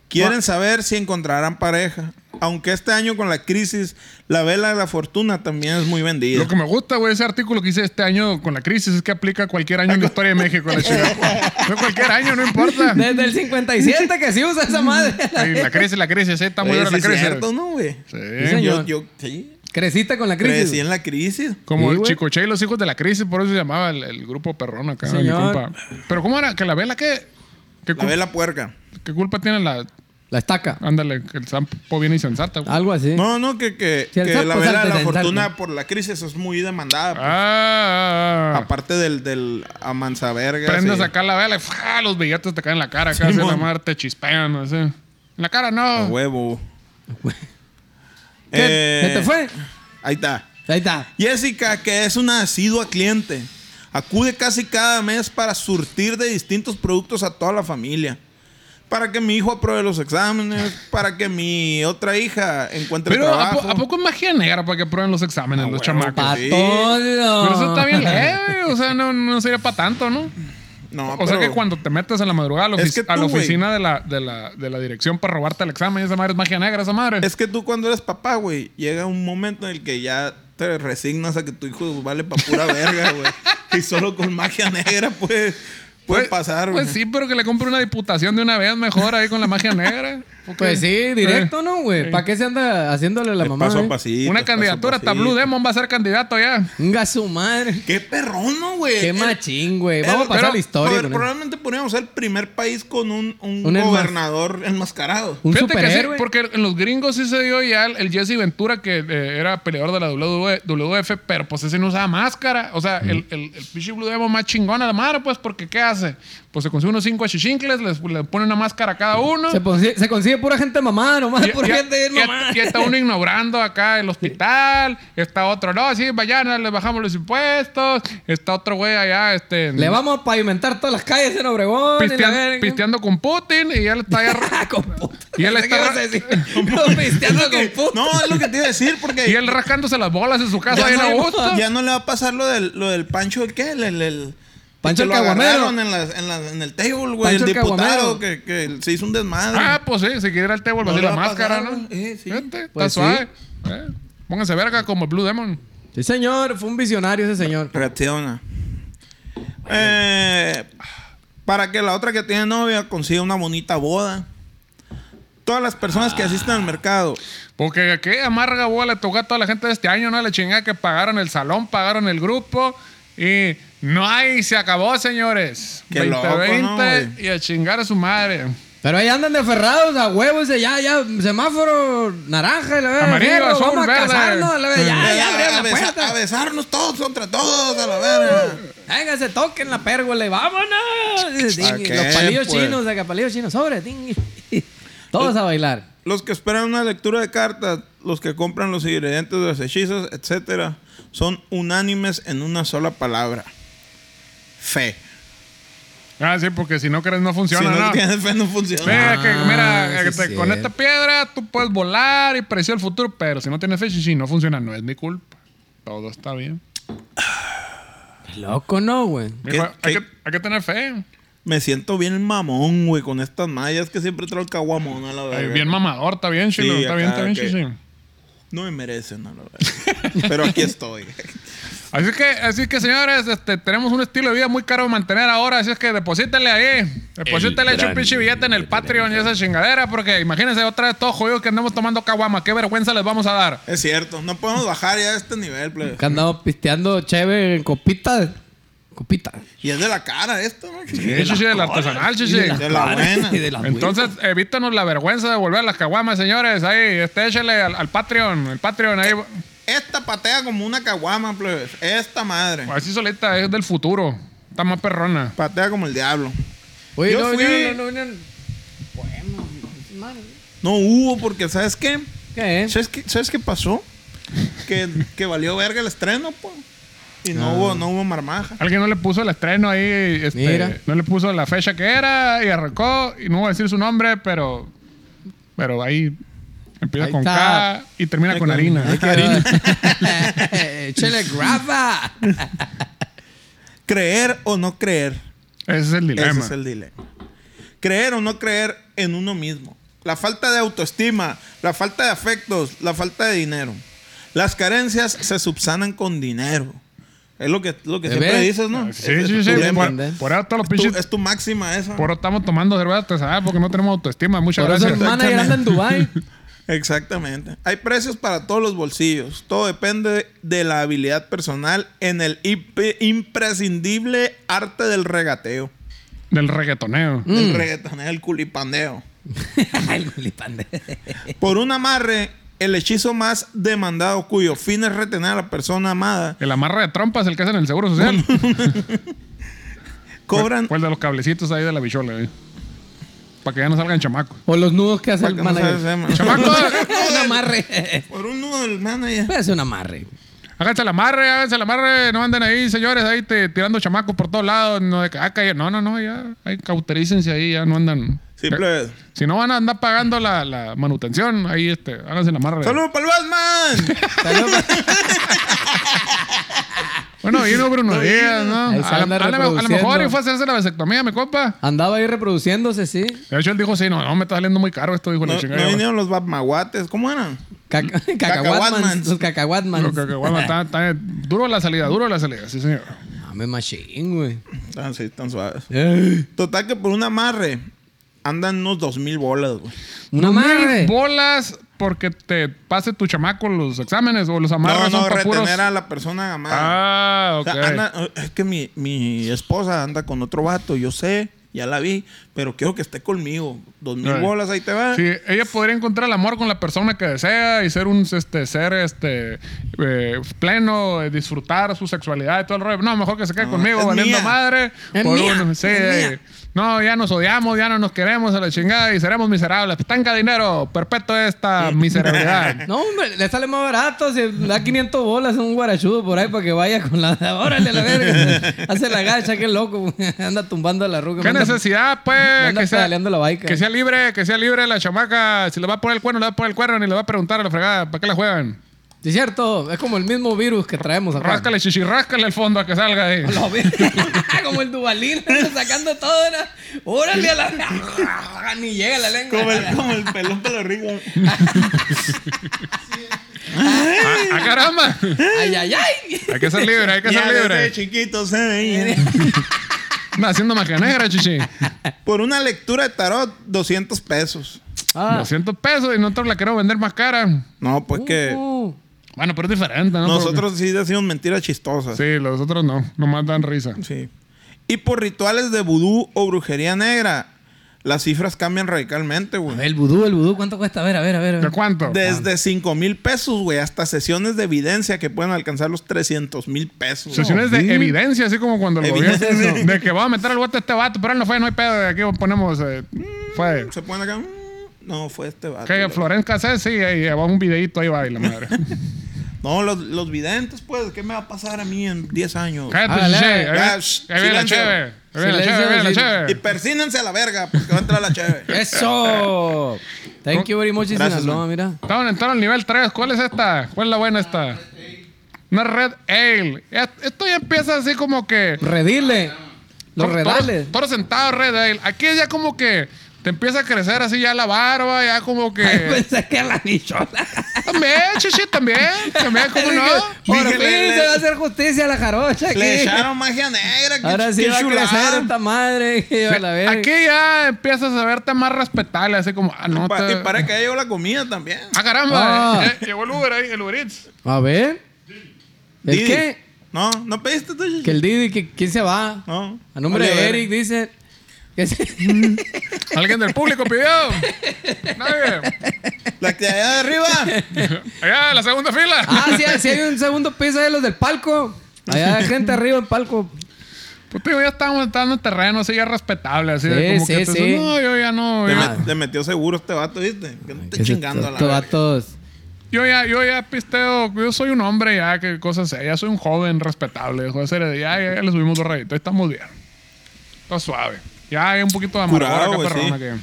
Speaker 3: Quieren saber si encontrarán pareja. Aunque este año con la crisis, la vela de la fortuna también es muy vendida.
Speaker 2: Lo que me gusta, güey, ese artículo que hice este año con la crisis es que aplica cualquier año en la historia de México. La
Speaker 3: *laughs*
Speaker 2: chingada. Fue cualquier año, no importa.
Speaker 4: Desde el 57 que sí usa esa madre.
Speaker 2: Sí, la crisis, la crisis, sí, está muy
Speaker 3: Oye,
Speaker 2: dura
Speaker 3: sí
Speaker 2: la
Speaker 3: es
Speaker 2: crisis.
Speaker 3: cierto, ¿no, güey?
Speaker 2: Sí.
Speaker 4: Sí,
Speaker 3: Yo,
Speaker 4: señor.
Speaker 3: yo, sí.
Speaker 4: Creciste con la crisis.
Speaker 3: Crecí en la crisis.
Speaker 2: Como
Speaker 4: Sí,
Speaker 2: el
Speaker 4: güey.
Speaker 2: Chico Che y los hijos de la crisis, por eso se llamaba el, el grupo perrón acá, mi
Speaker 4: Señor.
Speaker 2: compa. Pero ¿cómo era? ¿Que la vela qué? ¿Qué,
Speaker 3: La
Speaker 2: cul-
Speaker 3: vela puerca.
Speaker 2: qué culpa tiene la...?
Speaker 4: La estaca.
Speaker 2: Ándale, que el sampo viene insensata. güey.
Speaker 4: Algo así.
Speaker 3: No, no, que, que,
Speaker 4: Si el
Speaker 3: que
Speaker 4: sapo
Speaker 3: la
Speaker 4: salte
Speaker 3: vela de la
Speaker 4: del
Speaker 3: fortuna
Speaker 4: sarno.
Speaker 3: por la crisis es muy demandada. pues.
Speaker 2: Ah,
Speaker 3: Aparte del, del amansaverga.
Speaker 2: prendes
Speaker 3: sí.
Speaker 2: acá la vela y ¡fua! los billetes te caen en la cara. Acá, así,
Speaker 3: Simón.
Speaker 2: la madre te chispean, así. En la cara
Speaker 3: A *laughs*
Speaker 2: no.
Speaker 3: huevo.
Speaker 4: ¿Qué?
Speaker 3: Eh,
Speaker 4: ¿Se te fue?
Speaker 3: Ahí está.
Speaker 4: Ahí está.
Speaker 3: Jessica, que es una asidua cliente, acude casi cada mes para surtir de distintos productos a toda la familia. Para que mi hijo apruebe los exámenes, para que mi otra hija encuentre
Speaker 2: Pero ¿a,
Speaker 3: trabajo.
Speaker 2: po- a poco es magia negra para que prueben los exámenes los chamacos?
Speaker 4: Pa'
Speaker 3: sí.
Speaker 4: todo.
Speaker 2: Pero eso está bien eh. leve, o sea, no, no sería para tanto, ¿no?
Speaker 3: No,
Speaker 2: O sea
Speaker 3: pero-
Speaker 2: que cuando te metes a la madrugada a la,
Speaker 3: Es
Speaker 2: ofici-
Speaker 3: que tú,
Speaker 2: a la
Speaker 3: güey.
Speaker 2: oficina de la, de, la, de la dirección para robarte el examen, esa madre es magia negra, esa madre.
Speaker 3: Es que tú cuando eres papá, güey, llega un momento en el que ya te resignas a que tu hijo vale pa' pura
Speaker 2: *laughs*
Speaker 3: verga, güey. Y solo con magia negra puede, puede pasar, güey.
Speaker 2: Pues sí, pero que le compre una diputación de una vez mejor ahí con la magia negra. ¿O qué?
Speaker 4: *laughs* Pues sí, directo, ¿no, güey? ¿Para qué se anda haciéndole la
Speaker 3: Es
Speaker 4: mamá?
Speaker 3: paso a
Speaker 4: eh?
Speaker 3: pasito,
Speaker 2: Una
Speaker 3: es paso a
Speaker 2: candidatura, hasta
Speaker 3: pasito.
Speaker 2: Blue Demon va a ser candidato ya.
Speaker 4: Venga su madre.
Speaker 3: Qué perrón, ¿no, güey.
Speaker 4: Qué
Speaker 3: El-
Speaker 4: machín, güey. Vamos a
Speaker 3: el- Eh,
Speaker 4: pasar
Speaker 3: pero-
Speaker 4: a la historia.
Speaker 3: pero
Speaker 4: con él.
Speaker 3: probablemente podríamos ser el primer país con un, un
Speaker 4: Un enmas-
Speaker 3: gobernador enmascarado.
Speaker 4: Un
Speaker 2: Fíjate que sí,
Speaker 4: superhéroe.
Speaker 2: porque en los gringos sí se dio ya el, el Jesse Ventura, que eh, era peleador de la WW- WWF, pero pues ese no usaba máscara. O sea, el, el, el pinche Blue Demon más chingón a la madre, pues, porque ¿qué hace? Pues se consigue unos cinco achichincles, les, le pone una máscara a cada uno.
Speaker 4: Se, consigue, se consigue pura gente mamada, nomás.
Speaker 2: Y-
Speaker 4: pura
Speaker 2: y-
Speaker 4: gente bien
Speaker 2: y-
Speaker 4: mamada.
Speaker 2: y está uno ignorando acá el hospital. Está otro, no, sí, mañana les bajamos los impuestos. Está otro güey allá, este. en-
Speaker 4: Le vamos a pavimentar todas las calles en Obregón. y la
Speaker 2: pistean-
Speaker 4: verga. *laughs* Ah,
Speaker 2: pisteando con Putin y ya le está
Speaker 3: *laughs*
Speaker 2: ya-
Speaker 4: con puta.
Speaker 2: Y él
Speaker 4: ¿Qué
Speaker 2: está-
Speaker 4: vas
Speaker 2: *laughs*
Speaker 4: a decir? No, pisteando con puta.
Speaker 3: No, es lo que te iba a decir, porque
Speaker 2: y él rascándose las bolas en su casa
Speaker 3: ya,
Speaker 2: bien a gusto.
Speaker 3: no, ya no le va a pasar lo del, lo del Pancho, el ¿qué? El, el, el-
Speaker 4: Pancho
Speaker 3: que
Speaker 4: el
Speaker 3: lo
Speaker 4: caguamero.
Speaker 3: agarraron en, las- en, las- en el table, güey. El
Speaker 4: Pancho el
Speaker 3: diputado
Speaker 4: caguamero.
Speaker 3: que, que se hizo un desmadre.
Speaker 2: Ah, pues sí, si quiere ir al table,
Speaker 3: No
Speaker 2: así
Speaker 3: le
Speaker 2: la
Speaker 3: va a
Speaker 2: máscara,
Speaker 3: pasar,
Speaker 2: ¿no?
Speaker 3: eh, sí.
Speaker 2: Fíjate, está
Speaker 4: Pues sí.
Speaker 2: suave. Eh, Pónganse verga como el Blue Demon.
Speaker 4: Sí, señor. Fue un visionario ese señor.
Speaker 3: Reacciona. Eh, para que la otra que tiene novia consiga una bonita boda. Todas las personas que asisten al mercado.
Speaker 2: Porque qué amarga bola le tocó a toda la gente de este año, ¿no? La chingada que pagaron el salón, pagaron el grupo y no hay, se acabó, señores.
Speaker 3: Qué loco, ¿no, güey?
Speaker 2: y a chingar a su madre.
Speaker 4: Pero ahí andan de ferrados a huevos. de Ya, ya. Semáforo naranja. y La verga,
Speaker 2: Amarillo,
Speaker 4: fierro,
Speaker 2: azul,
Speaker 4: Vamos a
Speaker 2: verde.
Speaker 4: casarnos. la verga, Ya, ya.
Speaker 3: Eh, a,
Speaker 4: abrieron la
Speaker 3: besa-
Speaker 4: puerta.
Speaker 3: a besarnos todos contra todos, a la verga.
Speaker 4: Venga, se toquen la pérgola y vámonos.
Speaker 3: ¿Pa'
Speaker 4: Ding,
Speaker 3: qué,
Speaker 4: Los palillos
Speaker 3: pues?
Speaker 4: chinos, acá palillos chinos, sobre. ding. *laughs* Todos a bailar.
Speaker 3: Los que esperan una lectura de cartas, los que compran los ingredientes de los hechizos, etcétera, son unánimes en una sola palabra. Fe.
Speaker 2: Ah, sí, porque si no crees no funciona,
Speaker 3: si no,
Speaker 2: ¿no?
Speaker 3: tienes fe no funciona.
Speaker 2: Mira, que, mira,
Speaker 4: Ah,
Speaker 2: que
Speaker 4: sí
Speaker 2: te-
Speaker 4: es
Speaker 2: con
Speaker 4: cierto.
Speaker 2: esta piedra tú puedes volar y predecir el futuro, pero si no tienes fecha y no funciona, no es mi culpa. Todo está bien.
Speaker 4: Qué Loco, no, güey.
Speaker 2: Mi
Speaker 3: ¿Qué-
Speaker 2: hijo, hay,
Speaker 3: qué-
Speaker 2: que, hay que tener fe.
Speaker 3: Me siento bien mamón, güey, con estas mallas que siempre traigo el caguamón a la
Speaker 2: Ay,
Speaker 3: verga.
Speaker 2: bien mamador, está bien, chilo.
Speaker 3: Sí,
Speaker 2: está bien, está
Speaker 3: acá,
Speaker 2: bien,
Speaker 3: que-
Speaker 2: chichi.
Speaker 3: No me merecen, a la verga. *laughs* Pero aquí estoy.
Speaker 2: Así que, así que señores, este, tenemos un estilo de vida muy caro de mantener ahora, así es que deposítele ahí. Deposítele hecho un pinche billete en el Patreon y esa chingadera, porque imagínense otra vez todos jodidos que andemos tomando caguama. Qué vergüenza les vamos a dar.
Speaker 3: Es cierto, no podemos bajar ya a este nivel, plebe.
Speaker 4: Que andamos pisteando chévere en copita. Copita.
Speaker 3: Y es de la cara esto, ¿no?
Speaker 2: Sí, chichi, del artesanal, chichi.
Speaker 3: De la Ah, buena.
Speaker 4: Y Ah, *laughs* de la
Speaker 2: Entonces, evítanos la vergüenza de volver a las caguamas, señores. Ahí, este, échale al, al Patreon. El Patreon ahí,
Speaker 3: Esta patea como una caguama, plebe. Esta madre.
Speaker 2: así solita, es del futuro. Está más perrona.
Speaker 3: Patea como el diablo.
Speaker 4: Oye,
Speaker 3: Yo
Speaker 4: no,
Speaker 3: fui-
Speaker 4: no, no, no, no. Bueno, madre.
Speaker 3: No hubo porque, ¿sabes qué?
Speaker 4: ¿Qué es?
Speaker 3: ¿Sabes qué, sabes qué pasó? Que, que valió verga el estreno, pues. Y
Speaker 2: Ah.
Speaker 3: no, hubo, no hubo marmaja.
Speaker 2: Alguien no le puso el estreno ahí, este,
Speaker 4: Mira.
Speaker 2: no le puso la fecha que era y arrancó y no voy a decir su nombre, pero pero ahí empieza
Speaker 4: Ahí
Speaker 2: con
Speaker 4: está.
Speaker 2: K y termina con harina.
Speaker 3: *laughs*
Speaker 4: *laughs* Chele grapa.
Speaker 3: Creer o no creer.
Speaker 2: Ese es el dilema.
Speaker 3: Ese es el dilema. Creer o no creer en uno mismo. La falta de autoestima, la falta de afectos, la falta de dinero. Las carencias se subsanan con dinero. Es lo que, lo que
Speaker 4: ¿Te
Speaker 3: siempre
Speaker 4: ves?
Speaker 3: dices, ¿no?
Speaker 2: Sí,
Speaker 3: Es-
Speaker 2: sí,
Speaker 3: es
Speaker 2: sí.
Speaker 3: tu
Speaker 4: dilema.
Speaker 2: Por,
Speaker 3: lema.
Speaker 4: ¿Entendés?
Speaker 2: por eso todos los
Speaker 3: Es tu-
Speaker 2: pinches
Speaker 3: es tu máxima esa.
Speaker 2: por eso estamos tomando cerveza artesanal porque no tenemos autoestima. Muchas
Speaker 4: Por eso el
Speaker 2: gracias.
Speaker 4: manager anda en Dubai.
Speaker 3: *laughs* Exactamente. Hay precios para todos los bolsillos. Todo depende de la habilidad personal en el imp- imprescindible arte del regateo.
Speaker 2: Del reggaetoneo.
Speaker 3: Del reggaetoneo, el culipandeo.
Speaker 4: El culipande.
Speaker 3: Por un amarre, el hechizo más demandado cuyo fin es retener a la persona amada,
Speaker 2: El amarre de trompas, el que hacen en el Seguro
Speaker 4: *laughs*
Speaker 2: Social. Pues
Speaker 3: cobran,
Speaker 2: ¿Cuál de los cablecitos ahí de la bichola? eh? Para que ya no salgan chamacos.
Speaker 4: O los nudos que hace
Speaker 3: Para
Speaker 4: el
Speaker 3: que no se
Speaker 4: manager. *laughs*
Speaker 3: desema.
Speaker 2: ¡Chamacos!
Speaker 4: un amarre.
Speaker 3: Por un nudo del manager.
Speaker 4: Puede ser un amarre.
Speaker 2: Háganse la amarre, háganse la amarre. No anden ahí, señores, ahí te- tirando chamacos por todos lados. No, de que, ah, calla- no, no, no, ya. Ahí cauterícense ahí, ya no andan.
Speaker 4: ¿Eh?
Speaker 3: Simple.
Speaker 2: Si no van a andar pagando la, la manutención, ahí este, háganse la amarre.
Speaker 3: ¡Saludos para el Batman!
Speaker 2: Bueno, vino Bruno Díaz, ¿no?
Speaker 4: Ahí se
Speaker 2: A, la-
Speaker 4: anda
Speaker 2: a la- a lo mejor
Speaker 4: reproduciendo.
Speaker 2: y fue a hacerse la vasectomía, mi compa.
Speaker 4: Andaba ahí reproduciéndose, sí.
Speaker 2: De hecho, él dijo, sí, no, no, me está saliendo muy caro esto, dijo
Speaker 3: No,
Speaker 2: la chingada.
Speaker 3: no vinieron los Batmaguates. ¿Cómo eran?
Speaker 4: Caca-
Speaker 3: Mm.
Speaker 4: *laughs* Cacahuatman.
Speaker 3: Cacahuatmans.
Speaker 4: Sus cacahuatmans.
Speaker 2: Creo que, bueno,
Speaker 4: *laughs*
Speaker 2: está- está- duro la salida, duro la salida, sí, señor.
Speaker 4: Dame machín, güey.
Speaker 3: Tan, sí, tan suaves.
Speaker 4: Eh,
Speaker 3: Total que por un amarre andan unos dos mil bolas, güey.
Speaker 4: Un amarre.
Speaker 2: Bolas porque te pase tu chamaco los exámenes o los
Speaker 3: No,
Speaker 2: amarres
Speaker 3: no,
Speaker 2: son pa'
Speaker 3: retener
Speaker 2: puros...
Speaker 3: a la persona amarre.
Speaker 2: Ah,
Speaker 3: O
Speaker 2: ok.
Speaker 3: sea, anda- es que mi, mi esposa anda con otro vato, yo sé, ya la vi, pero quiero que esté conmigo. Dos mil
Speaker 2: Ay.
Speaker 3: bolas, ahí te va.
Speaker 2: Sí, ella podría encontrar el amor con la persona que desea y ser un este, ser este eh, pleno, eh, disfrutar su sexualidad y todo el rollo. No, mejor que se quede conmigo
Speaker 3: es
Speaker 2: valiendo
Speaker 3: mía.
Speaker 2: madre.
Speaker 4: Es mía,
Speaker 2: uno. Sí,
Speaker 4: es
Speaker 2: eh, no, ya nos odiamos, ya no nos queremos a la chingada y seremos miserables. Tanca dinero, perpetua esta miserabilidad.
Speaker 4: *laughs* No, hombre, le sale más barato. Si da 500 bolas a un guarachudo por ahí para que vaya con la. Órale, la verga. Hace la gacha, qué loco. *laughs* Anda tumbando la ruca.
Speaker 2: ¿Qué
Speaker 4: Anda-
Speaker 2: necesidad,
Speaker 4: me
Speaker 2: pues?
Speaker 4: anda
Speaker 2: Que sea,
Speaker 4: pedaleando la baica.
Speaker 2: que sea libre, que sea libre la chamaca. Si le va a poner el cuerno, le va a poner el cuerno ni le va a preguntar a la fregada. ¿Para qué la juegan?
Speaker 4: Sí, cierto. Es como el mismo virus que traemos acá.
Speaker 2: Ráscale, chichi, ráscale el fondo a que salga ahí.
Speaker 4: *laughs* A la verga. como el *laughs* Dubalín sacando todo. era, Órale a la. *laughs* Ni llega la lengua.
Speaker 3: Como el, como el pelón te
Speaker 2: *laughs*
Speaker 3: lo rico.
Speaker 2: ¡Ah, ah, caramba!
Speaker 4: Ay, ay, ay.
Speaker 2: Hay que ser libre, hay que
Speaker 3: Ya
Speaker 2: ser
Speaker 3: desde
Speaker 2: libre.
Speaker 3: chiquito se veía.
Speaker 2: Anda haciendo magia negra, chichi.
Speaker 3: Por una lectura de tarot, 200 pesos.
Speaker 4: Ah.
Speaker 2: 200 pesos y nosotros la queremos vender más cara.
Speaker 3: No, pues que
Speaker 4: Uh,
Speaker 2: Bueno, pero es diferente, ¿no?
Speaker 3: nosotros sí decimos mentiras chistosas.
Speaker 2: Porque- Sí, los otros no. Nomás dan risa.
Speaker 3: Sí. Y por rituales de vudú o brujería negra, las cifras cambian radicalmente,
Speaker 4: a
Speaker 3: güey.
Speaker 4: ver, el vudú, el vudú, ¿cuánto cuesta? A ver, a ver, a ver. a
Speaker 2: ¿De
Speaker 4: ver.
Speaker 2: cuánto?
Speaker 3: Desde 5 mil pesos, güey, hasta sesiones de evidencia que pueden alcanzar los 300 mil pesos.
Speaker 2: Sesiones de evidencia, así como cuando el gobierno...
Speaker 3: Evidencia.
Speaker 2: De que va a meter al bote a este vato, pero él no fue, no hay pedo. Aquí ponemos... eh, fue...
Speaker 3: Se ponen acá. mm, No, fue este vato.
Speaker 2: Que Florence Cassés, sí, ahí va un videito, ahí va y la madre.
Speaker 3: *laughs* No, los, los videntes, pues, ¿qué me va a pasar a mí en 10 años?
Speaker 2: Cállate,
Speaker 4: Ándale.
Speaker 2: chichi. Ahí viene-
Speaker 3: Ya,
Speaker 2: ahí
Speaker 3: shh,
Speaker 2: viene la
Speaker 3: silencio.
Speaker 2: cheve. Ahí viene la
Speaker 4: Silencio,
Speaker 2: cheve, ahí viene la
Speaker 4: silencio.
Speaker 2: cheve.
Speaker 3: Y persínense a la verga, porque va a entrar la
Speaker 4: *laughs*
Speaker 3: chévere.
Speaker 4: Eso. Thank you very much,
Speaker 3: Gracias,
Speaker 4: Sinaloa,
Speaker 3: man.
Speaker 4: mira.
Speaker 2: Estaban entraron al nivel 3. ¿Cuál es esta? ¿Cuál es la buena esta? Una Red Ale. Est- Esto ya empieza así como que.
Speaker 4: Redile. Los
Speaker 2: Toro-
Speaker 4: redales.
Speaker 2: Toro, toro sentado, Red Ale. Aquí ya como que te empieza a crecer así ya la barba, ya como que.
Speaker 4: Pensé que la nichola.
Speaker 2: también, chichi, también. También, ¿cómo no?
Speaker 4: Por
Speaker 3: Dije,
Speaker 4: fin
Speaker 3: le-
Speaker 4: se
Speaker 3: le-
Speaker 4: va a hacer justicia a la jarocha aquí.
Speaker 3: Le echaron magia negra. qué-
Speaker 4: Ahora sí
Speaker 3: qué
Speaker 4: va a
Speaker 3: chulada.
Speaker 4: crecer esta madre. *laughs* A la verga.
Speaker 2: Aquí ya empiezas a verte más respetable, así como. Ah, no,
Speaker 3: Pa-
Speaker 2: te-
Speaker 3: Y para que haya llegó la comida también.
Speaker 2: Ah, caramba.
Speaker 4: Ah.
Speaker 2: eh, eh, llegó el Uber ahí, el Uber Eats.
Speaker 4: A ver. ¿El
Speaker 3: Didi.
Speaker 4: qué?
Speaker 3: No, no pediste tú.
Speaker 4: Que el Didi, que, ¿quién se va?
Speaker 3: No.
Speaker 4: A nombre
Speaker 3: Vale,
Speaker 4: de
Speaker 3: ver.
Speaker 4: Eric, dice. que se-
Speaker 2: ¿Alguien del público pidió?
Speaker 4: *laughs*
Speaker 2: Nadie.
Speaker 3: La que allá de arriba.
Speaker 2: Allá, la segunda fila.
Speaker 4: *laughs* ah, sí, sí hay un segundo piso de los del palco. Allá hay gente arriba en palco.
Speaker 2: Pues te digo, ya estábamos entrando en terreno así ya respetable, así de
Speaker 4: Sí,
Speaker 2: como que
Speaker 4: sí,
Speaker 2: te-
Speaker 4: sí.
Speaker 2: no, yo ya no,
Speaker 3: Le,
Speaker 2: yo,
Speaker 4: Ah.
Speaker 3: met- le metió seguro este vato, ¿viste? Que no esté chingando a la
Speaker 4: Estos
Speaker 3: verga.
Speaker 4: vatos.
Speaker 2: yo ya, yo ya pisteo, yo soy un hombre ya, que cosas sea, ya soy un joven respetable, dejó de ser, ya, ya, ya le subimos dos rayitos, ahí estamos bien. Está suave. Ya hay un poquito de amargura
Speaker 3: Curado,
Speaker 2: acá,
Speaker 3: güey,
Speaker 2: perrona,
Speaker 3: sí.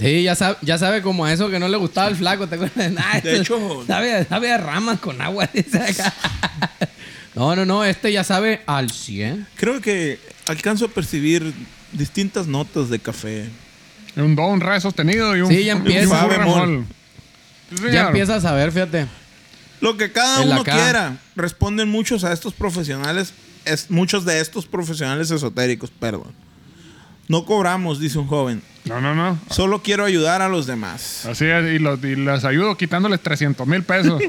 Speaker 2: que-
Speaker 4: Sí, ya sabe, ya sabe como a eso que no le gustaba el flaco, ¿te acuerdas? *laughs* Ah,
Speaker 3: De
Speaker 4: eso
Speaker 3: hecho-
Speaker 4: Sabe, a- sabe a ramas con agua, *laughs* dice acá. No, no, no, este ya sabe al 100.
Speaker 3: Creo que alcanzo a percibir distintas notas de café.
Speaker 2: un do, un re sostenido y un,
Speaker 4: Sí,
Speaker 2: y
Speaker 4: ya
Speaker 2: un
Speaker 4: empieza.
Speaker 2: fa bemol. Sí,
Speaker 4: Ya
Speaker 2: señor.
Speaker 4: empieza a saber, fíjate.
Speaker 3: Lo que cada
Speaker 4: El
Speaker 3: uno
Speaker 4: acá.
Speaker 3: quiera. Responden muchos a estos profesionales, es, muchos de estos profesionales esotéricos, perdón. No cobramos, dice un joven.
Speaker 2: No, no, no.
Speaker 3: Solo quiero ayudar a los demás.
Speaker 2: Así es, y los, y las ayudo quitándoles 300 mil
Speaker 4: *laughs*
Speaker 2: pesos.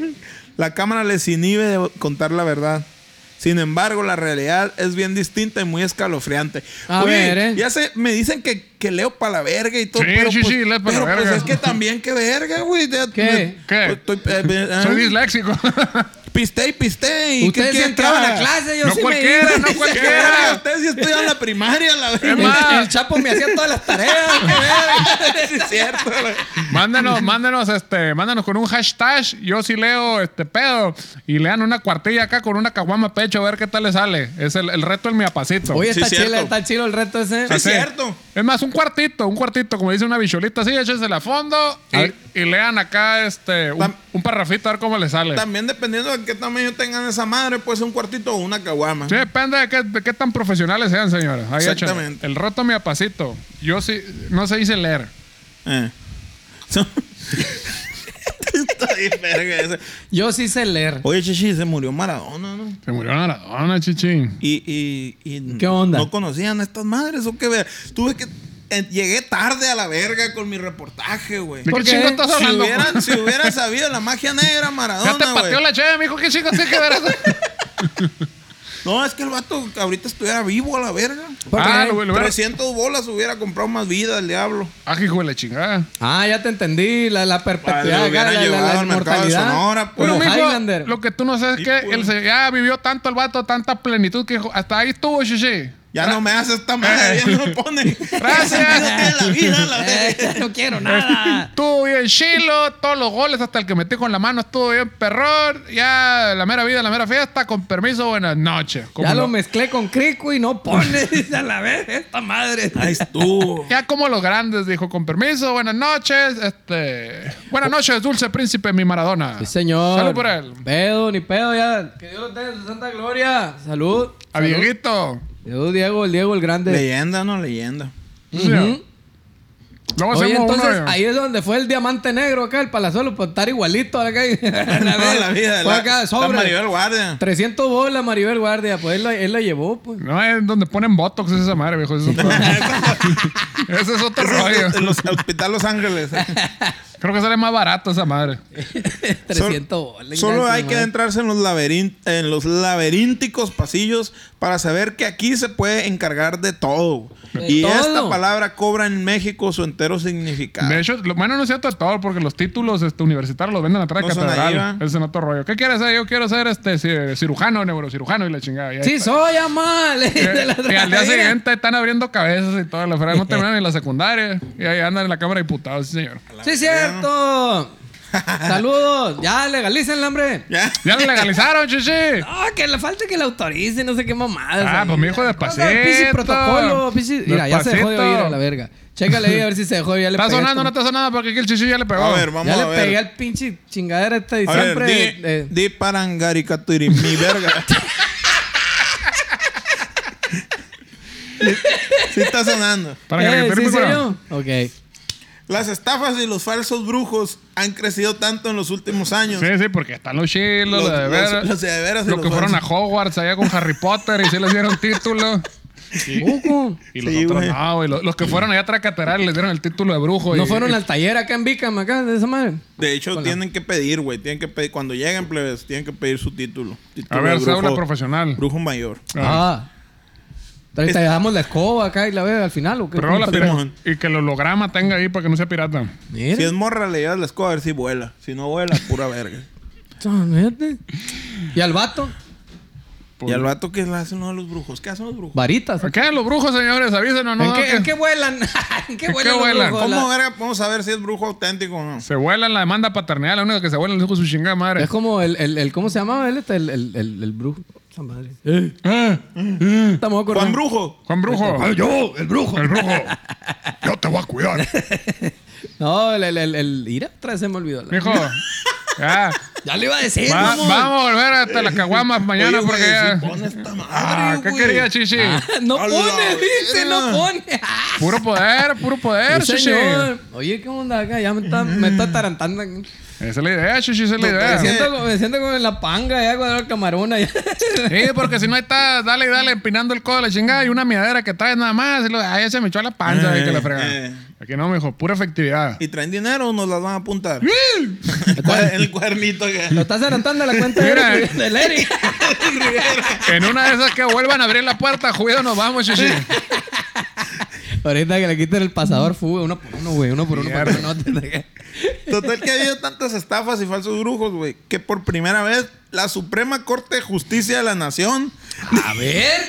Speaker 3: La cámara les inhibe de contar la verdad. Sin embargo, la realidad es bien distinta y muy escalofriante.
Speaker 4: A ver, ¿eh?
Speaker 3: Ya sé, me dicen que, que leo para la verga y todo.
Speaker 2: Sí,
Speaker 3: pero
Speaker 2: sí,
Speaker 3: pues,
Speaker 2: sí, lees pa' la
Speaker 3: pero, pues,
Speaker 2: verga.
Speaker 3: es que también, qué verga, güey. Ya-
Speaker 4: ¿Qué?
Speaker 2: ¿Qué?
Speaker 3: Pues, estoy- eh, eh,
Speaker 2: *laughs* soy
Speaker 3: eh.
Speaker 2: disléxico.
Speaker 3: Pisté y pisté. ¿Y
Speaker 4: Ustedes
Speaker 3: quieren
Speaker 4: entraban
Speaker 3: haga?
Speaker 4: a clase, yo
Speaker 2: No
Speaker 4: sí
Speaker 2: cualquiera,
Speaker 4: me iba.
Speaker 2: no cualquiera.
Speaker 3: Ustedes sí estudiaban la primaria, la
Speaker 2: Es
Speaker 3: verdad.
Speaker 2: más,
Speaker 4: El, el Chapo me hacía todas las tareas.
Speaker 2: *laughs*
Speaker 3: *laughs* Sí, es cierto. la-
Speaker 2: Mándanos, mándanos, este, mándanos con un hashtag. Yo sí leo este pedo. Y lean una cuartilla acá con una caguama pecho a ver qué tal le sale. Es el, el reto del miapacito.
Speaker 4: Oye,
Speaker 3: Sí,
Speaker 4: está,
Speaker 3: cierto.
Speaker 4: chila, está chido el reto ese.
Speaker 3: Sí,
Speaker 2: Sí.
Speaker 3: cierto.
Speaker 2: Es más, un cuartito, un cuartito, como dice una bicholita así, échensela a fondo
Speaker 4: A ver.
Speaker 2: y, y lean acá este un,
Speaker 3: Tam-
Speaker 2: un parrafito a ver cómo le sale.
Speaker 3: También dependiendo de qué tamaño tengan esa madre, puede ser un cuartito o una caguama.
Speaker 2: Sí, depende de qué, de qué tan profesionales sean, señores. Ahí échenla.
Speaker 3: Exactamente.
Speaker 2: El reto miapacito. Yo sí, no se dice leer.
Speaker 3: Eh. *laughs* Está bien, verga ese.
Speaker 4: Yo sí sé leer.
Speaker 3: Oye, Chichi, se murió Maradona, ¿no?
Speaker 2: Se murió Maradona, chichín.
Speaker 3: Y, y, y
Speaker 4: ¿Qué onda?
Speaker 3: ¿No conocían a estas madres o qué ver? Tuve que. eh, llegué tarde a la verga con mi reportaje, güey.
Speaker 2: ¿De
Speaker 4: ¿Por
Speaker 2: qué
Speaker 4: qué?
Speaker 2: chingo estás
Speaker 3: Si
Speaker 2: hablando?
Speaker 3: hubiera, si hubiera sabido la magia negra,
Speaker 2: ya te
Speaker 3: Maradona,
Speaker 2: pateó
Speaker 3: Ah, güey.
Speaker 2: la cheve, mijo. ¿Qué chingo tiene que
Speaker 4: *laughs*
Speaker 2: ver eso?
Speaker 3: No, es que el vato ahorita estuviera vivo a la verga.
Speaker 4: ¿Por
Speaker 2: ah,
Speaker 4: qué?
Speaker 2: lo, lo-
Speaker 3: 300 bolas hubiera comprado más vida el diablo.
Speaker 2: Ah, hijo de la chingada.
Speaker 4: Ah, ya te entendí. La, la
Speaker 3: Padre,
Speaker 4: perpetuidad,
Speaker 3: lo
Speaker 4: acá,
Speaker 3: hubieran
Speaker 4: la, la,
Speaker 3: llevado
Speaker 4: la
Speaker 3: al mercado de
Speaker 4: inmortalidad.
Speaker 3: Sonora, pues.
Speaker 2: Pero,
Speaker 4: Como
Speaker 2: mijo,
Speaker 4: Highlander. *laughs*
Speaker 2: lo que tú no sabes es
Speaker 3: Sí,
Speaker 2: que
Speaker 3: pues.
Speaker 2: él se, ya vivió tanto el vato, tanta plenitud que dijo, hasta ahí estuvo, chichi.
Speaker 3: Ya no me hace esta madre, ya no me pone.
Speaker 2: Eh. *laughs*
Speaker 3: *laughs*
Speaker 2: Gracias.
Speaker 3: la vida, la verga.
Speaker 4: Eh, no quiero
Speaker 2: Este,
Speaker 4: nada.
Speaker 2: Estuvo bien chilo, todos los goles hasta el que metí con la mano estuvo bien perrón. Ya la mera vida, la mera fiesta, con permiso, buenas noches. Como
Speaker 4: Ya lo
Speaker 2: lo-
Speaker 4: mezclé con Crico y no pones a la vez esta madre.
Speaker 3: Ahí
Speaker 4: *laughs*
Speaker 3: estuvo.
Speaker 2: Ya como los grandes, dijo, con permiso, buenas noches, este... Buenas noches, dulce príncipe, mi Maradona.
Speaker 4: Sí, señor.
Speaker 2: Salud por él.
Speaker 4: Pedo, ni pedo, ya. Que Dios lo tenga en su santa gloria. Salud.
Speaker 2: A
Speaker 4: Salud.
Speaker 2: Dieguito.
Speaker 4: Salud, Diego, el Diego el grande.
Speaker 3: Leyenda, no leyenda.
Speaker 2: Sí.
Speaker 4: Ujú.
Speaker 2: Luego hacemos uno
Speaker 4: Oye,
Speaker 2: eh?
Speaker 4: entonces
Speaker 2: de-
Speaker 4: ahí es donde fue el diamante negro acá, el palazuelo, para estar igualito acá. la, *laughs*
Speaker 3: No, *laughs* la vida.
Speaker 4: Fue
Speaker 3: La,
Speaker 4: acá,
Speaker 3: la
Speaker 4: sobre.
Speaker 3: Maribel
Speaker 4: *laughs*
Speaker 3: Guardia.
Speaker 4: 300 bolas, Maribel Guardia. Pues él la, él la llevó,
Speaker 3: *laughs*
Speaker 4: pues. *laughs*
Speaker 2: No, es donde ponen botox esa madre, viejo. Eso es otro- Ese es otro rollo.
Speaker 3: En los hospital Los
Speaker 4: *laughs*
Speaker 3: Ángeles.
Speaker 2: Creo que sale más barato esa madre.
Speaker 4: 300 bolas.
Speaker 3: Solo
Speaker 4: ya,
Speaker 3: hay
Speaker 4: su
Speaker 3: que
Speaker 4: madre.
Speaker 3: adentrarse en los, laberin- en los laberínticos pasillos para saber que aquí se puede encargar de todo.
Speaker 4: De
Speaker 3: y
Speaker 4: todo.
Speaker 3: esta palabra cobra en México su entero significado.
Speaker 2: De hecho, lo, bueno, no es cierto de todo, porque los títulos este, universitarios los venden atrás de
Speaker 3: No son ahí,
Speaker 2: catedral.
Speaker 3: ¿va?
Speaker 2: Ese es otro rollo. ¿Qué quieres ser? Yo quiero ser este ci- cirujano, neurocirujano y la chingada. Y ahí
Speaker 4: Sí,
Speaker 2: está.
Speaker 4: soy amal. *laughs* de la
Speaker 2: Eh, Y al día
Speaker 4: tragadera.
Speaker 2: siguiente están abriendo cabezas y todo. La verdad
Speaker 4: *laughs*
Speaker 2: no terminan ni la secundaria. Y ahí andan en la Cámara de Diputados, sí, señor.
Speaker 4: Sí, cierto.
Speaker 3: *laughs*
Speaker 4: Saludos. Ya legalicen el hambre. *laughs*
Speaker 3: Ya.
Speaker 2: ¡Ya lo legalizaron, chichi!
Speaker 4: No, que le falta que la autoricen, no sé qué mamada.
Speaker 2: Ah, pues mi hijo despacito.
Speaker 4: Pichi protocolo, pichi. Mira, ya se dejó de oír
Speaker 2: Despacito.
Speaker 4: a la verga. Chécale ahí a ver si se dejó de oír. ya le
Speaker 2: ¿Está
Speaker 4: pegué
Speaker 2: sonando o no
Speaker 4: esto.
Speaker 2: está sonando? Porque aquí el chichi ya le pegó.
Speaker 3: A ver, vamos
Speaker 4: Ya
Speaker 3: a
Speaker 4: le
Speaker 3: ver.
Speaker 4: pegué al pinche chingadera esta y
Speaker 3: A ver,
Speaker 4: siempre.
Speaker 3: di,
Speaker 4: eh,
Speaker 3: di parangaricaturi, mi verga. sí está sonando.
Speaker 2: Para
Speaker 4: eh,
Speaker 2: que
Speaker 4: ¿sí,
Speaker 2: me
Speaker 4: soy yo? Ok.
Speaker 3: Las estafas y los falsos brujos han crecido tanto en los últimos años.
Speaker 2: Sí, sí, porque están los chilos, los,
Speaker 3: Los-
Speaker 2: de veras.
Speaker 3: los- los de veras y
Speaker 2: Los
Speaker 3: los
Speaker 2: que fueron a
Speaker 3: falsos.
Speaker 2: Hogwarts allá con Harry Potter y sí les dieron título.
Speaker 4: Ujú.
Speaker 2: Y los
Speaker 3: Sí,
Speaker 2: otros
Speaker 3: güey.
Speaker 2: no, güey. Los, los que fueron allá a catedral les dieron el título de brujo.
Speaker 4: No
Speaker 2: y-
Speaker 4: fueron
Speaker 2: y-
Speaker 4: al taller acá en Bicam, acá, de esa madre.
Speaker 3: De hecho, tienen que pedir, güey. Tienen que pedir. Cuando lleguen plebes, tienen que pedir su título. título
Speaker 2: A ver,
Speaker 3: de brujo-
Speaker 2: cédula profesional.
Speaker 3: Brujo mayor.
Speaker 4: Ah. Entonces te dejamos la escoba acá y la ve al final, ¿o qué?
Speaker 2: Pero la
Speaker 4: ¿Cómo
Speaker 2: pira-
Speaker 4: está?
Speaker 3: Simón.
Speaker 2: y que el holograma tenga ahí para que no sea pirata.
Speaker 4: Mira.
Speaker 3: Si es morra, le llevas la escoba a ver si vuela. Si no vuela, pura verga.
Speaker 4: Exactamente. ¿Y al vato?
Speaker 2: Pues
Speaker 3: y al vato que le hacen uno de los brujos. ¿Qué hacen los brujos?
Speaker 4: Varitas.
Speaker 2: ¿Por ¿Qué? Los brujos, señores, avísenos, ¿no?
Speaker 4: ¿En, qué,
Speaker 2: Que
Speaker 4: ¿En qué vuelan? *laughs* ¿En qué
Speaker 2: ¿En
Speaker 4: vuelan?
Speaker 2: qué
Speaker 4: los
Speaker 2: vuelan?
Speaker 4: brujos?
Speaker 3: ¿Cómo,
Speaker 4: La-
Speaker 3: verga, podemos saber si es brujo auténtico o no?
Speaker 2: Se vuelan la demanda paternal, la única que se vuelan es hijo de su chingada madre.
Speaker 4: Es como el, el, el- ¿cómo se llamaba él? Este, El, el, el, el brujo. Esa madre. Eh,
Speaker 2: Ah,
Speaker 4: Estamos
Speaker 3: Juan
Speaker 4: acordando.
Speaker 3: Brujo.
Speaker 2: Juan Brujo.
Speaker 4: yo, el brujo.
Speaker 2: El brujo. *laughs* Yo te voy a cuidar.
Speaker 4: No, el, el, el, el- Mira, otra vez se me olvidó. La-
Speaker 2: Mijo. Ya.
Speaker 4: Ya le iba a decir,
Speaker 2: Va-
Speaker 4: mamón.
Speaker 2: vamos a volver hasta las caguamas mañana
Speaker 3: Oye,
Speaker 2: porque
Speaker 3: güey,
Speaker 2: ya-
Speaker 3: si pone esta madre,
Speaker 2: Ah, ¿Qué
Speaker 3: güey.
Speaker 2: quería, Chichi?
Speaker 4: *laughs* No
Speaker 3: A la
Speaker 4: pone, dice, no
Speaker 3: verga.
Speaker 4: pone. *laughs*
Speaker 2: Puro poder, puro poder,
Speaker 4: Sí,
Speaker 2: Chichi.
Speaker 4: señor. Oye, ¿qué onda acá? Ya me está, me está atarantando. aquí.
Speaker 2: Esa es la idea, Chichi, esa es la
Speaker 3: No,
Speaker 2: idea.
Speaker 4: Me
Speaker 3: parece-
Speaker 4: siento, como- me siento como en la panga ya con el camarón allá.
Speaker 2: Sí, porque si no ahí está, dale y dale, empinando el codo de la chingada y una miadera que traes nada más. Y lo, ay, ya se me echó a la panza ahí que la fregada.
Speaker 3: eh.
Speaker 2: Aquí no, mijo, pura efectividad.
Speaker 3: ¿Y traen dinero o nos las van a apuntar? en el cuernito que...
Speaker 4: *laughs* Lo estás adelantando a la cuenta de
Speaker 2: Mira.
Speaker 4: Eric- del Eric. *laughs*
Speaker 2: En una de esas que vuelvan a abrir la puerta, juido, nos vamos, Chichi.
Speaker 4: Ahorita que le quiten el pasador, fue uno por uno, güey. Uno por uno. para que no te-
Speaker 3: Total que ha habido tantas ciertas estafas y falsos brujos, güey, que por primera vez la Suprema Corte de Justicia de la Nación.
Speaker 4: A ver,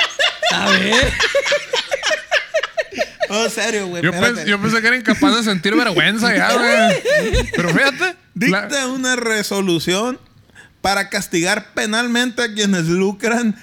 Speaker 4: a ver.
Speaker 3: No, oh, en serio, güey.
Speaker 2: Yo, pens-
Speaker 3: espérate.
Speaker 2: yo pensé que era incapaz de sentir vergüenza ya, güey. Pero fíjate. la-
Speaker 3: Dicta una resolución para castigar penalmente a quienes lucran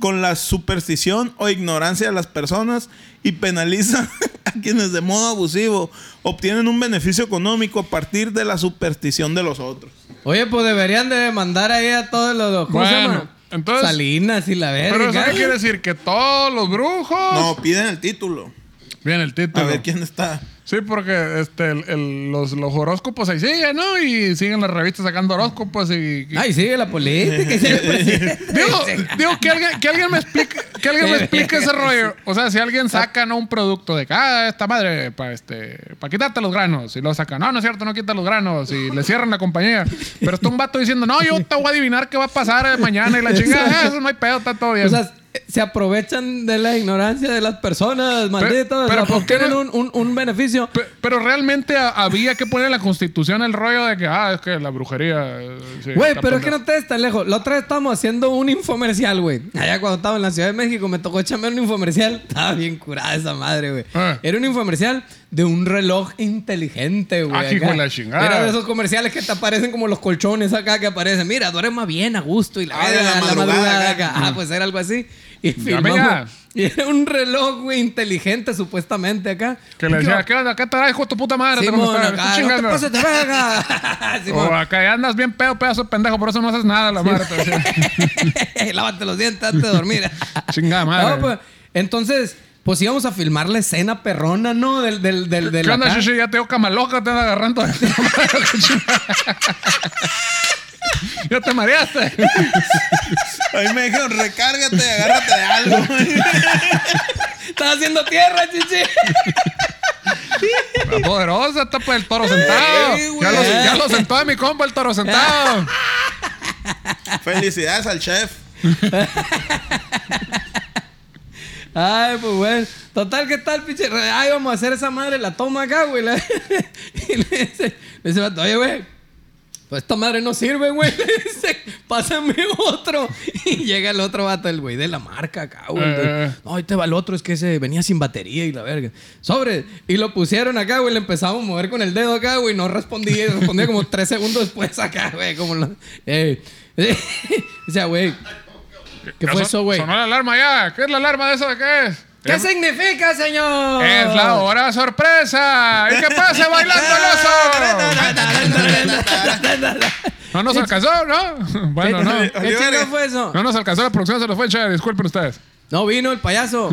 Speaker 3: con la superstición o ignorancia de las personas y penaliza *laughs* a quienes de modo abusivo obtienen un beneficio económico a partir de la superstición de los otros.
Speaker 4: Oye, pues deberían de demandar ahí a todos los. ¿Cómo se
Speaker 2: Bueno,
Speaker 4: llama?
Speaker 2: entonces-
Speaker 4: Salinas y la verga.
Speaker 2: Pero eso qué quiere decir que todos los brujos.
Speaker 3: No, piden el título.
Speaker 2: Bien, el
Speaker 3: A
Speaker 2: título.
Speaker 3: ver quién está.
Speaker 2: Sí, porque este, el- el- los, los horóscopos ahí siguen, ¿no? Y siguen las revistas sacando horóscopos y. y-
Speaker 4: Ay, sigue la política.
Speaker 2: *laughs*
Speaker 4: sigue el presidente.
Speaker 2: Digo, digo que, alguien, que alguien me explique, que alguien me explique ese rollo. O sea, si alguien saca ¿no? un producto de que, ah, esta madre, para este, para quitarte los granos, y lo sacan, no, no es cierto, no quita los granos, y le cierran la compañía. Pero está un vato diciendo, no, yo te voy a adivinar qué va a pasar eh, mañana y la chingada, "Ah, eso no hay pedo, está todo bien.
Speaker 4: O sea, se aprovechan de la ignorancia de las personas, malditos.
Speaker 2: pero
Speaker 4: o sea,
Speaker 2: ¿por qué
Speaker 4: obtienen
Speaker 2: no-
Speaker 4: un, un- un beneficio.
Speaker 2: Pe- Pero realmente a- había que poner en la constitución el rollo de que, ah, es que la brujería. eh, sí,
Speaker 4: Güey,
Speaker 2: está
Speaker 4: pero es que
Speaker 2: pendejo".
Speaker 4: no te des tan lejos. La otra vez estábamos haciendo un infomercial, güey. Allá cuando estaba en la Ciudad de México me tocó echarme un infomercial. *laughs* Estaba bien curada esa madre, güey.
Speaker 2: Ah.
Speaker 4: Era un infomercial de un reloj inteligente, güey.
Speaker 2: Ah, hijo
Speaker 4: acá.
Speaker 2: de la chingada.
Speaker 4: Era de esos comerciales que te aparecen como los colchones acá que aparecen. Mira, duerma bien a gusto y la
Speaker 3: Ah, de
Speaker 4: verga,
Speaker 3: la
Speaker 4: a
Speaker 3: madrugada
Speaker 4: acá.
Speaker 3: acá.
Speaker 4: Ah, pues era algo así. Y
Speaker 2: Ya,
Speaker 4: filmamos-
Speaker 2: venga.
Speaker 4: *laughs* Y era un reloj, güey, inteligente supuestamente acá.
Speaker 2: Que le
Speaker 4: ¿Qué
Speaker 2: decía,
Speaker 4: va-
Speaker 2: ¿qué onda? ¿Qué te hijo de tu puta madre? te
Speaker 4: Simón,
Speaker 2: contestaba,
Speaker 4: acá,
Speaker 2: "Estoy
Speaker 4: no te
Speaker 2: chingando".
Speaker 4: pases de
Speaker 2: *laughs*
Speaker 4: verga. *laughs* Simón.
Speaker 2: O acá ya andas bien pedo, pedazo de pendejo, por eso no haces nada, la
Speaker 4: *laughs*
Speaker 2: madre. te decía.
Speaker 4: Lávate los dientes antes de dormir.
Speaker 2: *laughs* Chingada madre.
Speaker 4: No, pues, entonces, pues íbamos a filmar la escena perrona, ¿no? Del, del, del, del
Speaker 2: ¿Qué onda,
Speaker 4: acá.
Speaker 2: Shishi? Ya te dio camaloca, te andas agarrando. *laughs* ya te mareaste.
Speaker 3: Ahí me dijeron, recárgate, y agárrate de algo. *laughs*
Speaker 4: Estás haciendo tierra, chichi.
Speaker 2: La poderosa está para el toro sentado.
Speaker 4: Sí, güey.
Speaker 2: Ya lo, ya lo sentó a mi compa el toro sentado.
Speaker 3: Felicidades al chef.
Speaker 4: Ay, pues bueno. Total, ¿qué tal, pinche? Ay, vamos a hacer esa madre, la toma acá, güey. La- *laughs* Y le dice, le dice, oye, güey. Pues esta madre no sirve, güey. *laughs* Le dice, pásame otro. Y llega el otro vato, el güey de la marca acá, güey.
Speaker 2: Eh.
Speaker 4: No, ahí te va el otro, es que ese venía sin batería y la verga. Sobre. Y lo pusieron acá, güey. Le empezamos a mover con el dedo acá, güey. No respondía. Respondía como tres segundos después acá, güey. Como lo... Ey. *laughs* o sea, güey. *laughs* ¿Qué
Speaker 2: Ya son-
Speaker 4: fue eso, güey?
Speaker 2: Sonó la alarma ya. ¿Qué es la alarma de eso de qué es?
Speaker 4: ¿Qué
Speaker 2: es,
Speaker 4: significa, señor?
Speaker 2: es la hora sorpresa. ¿Y qué
Speaker 4: *laughs*
Speaker 2: pasa bailando el oso? No nos alcanzó, ¿no? *laughs* Bueno, no.
Speaker 4: ¿Qué chingo fue eso?
Speaker 2: No nos alcanzó la producción, se nos fue el chat. Disculpen ustedes.
Speaker 4: No vino el payaso.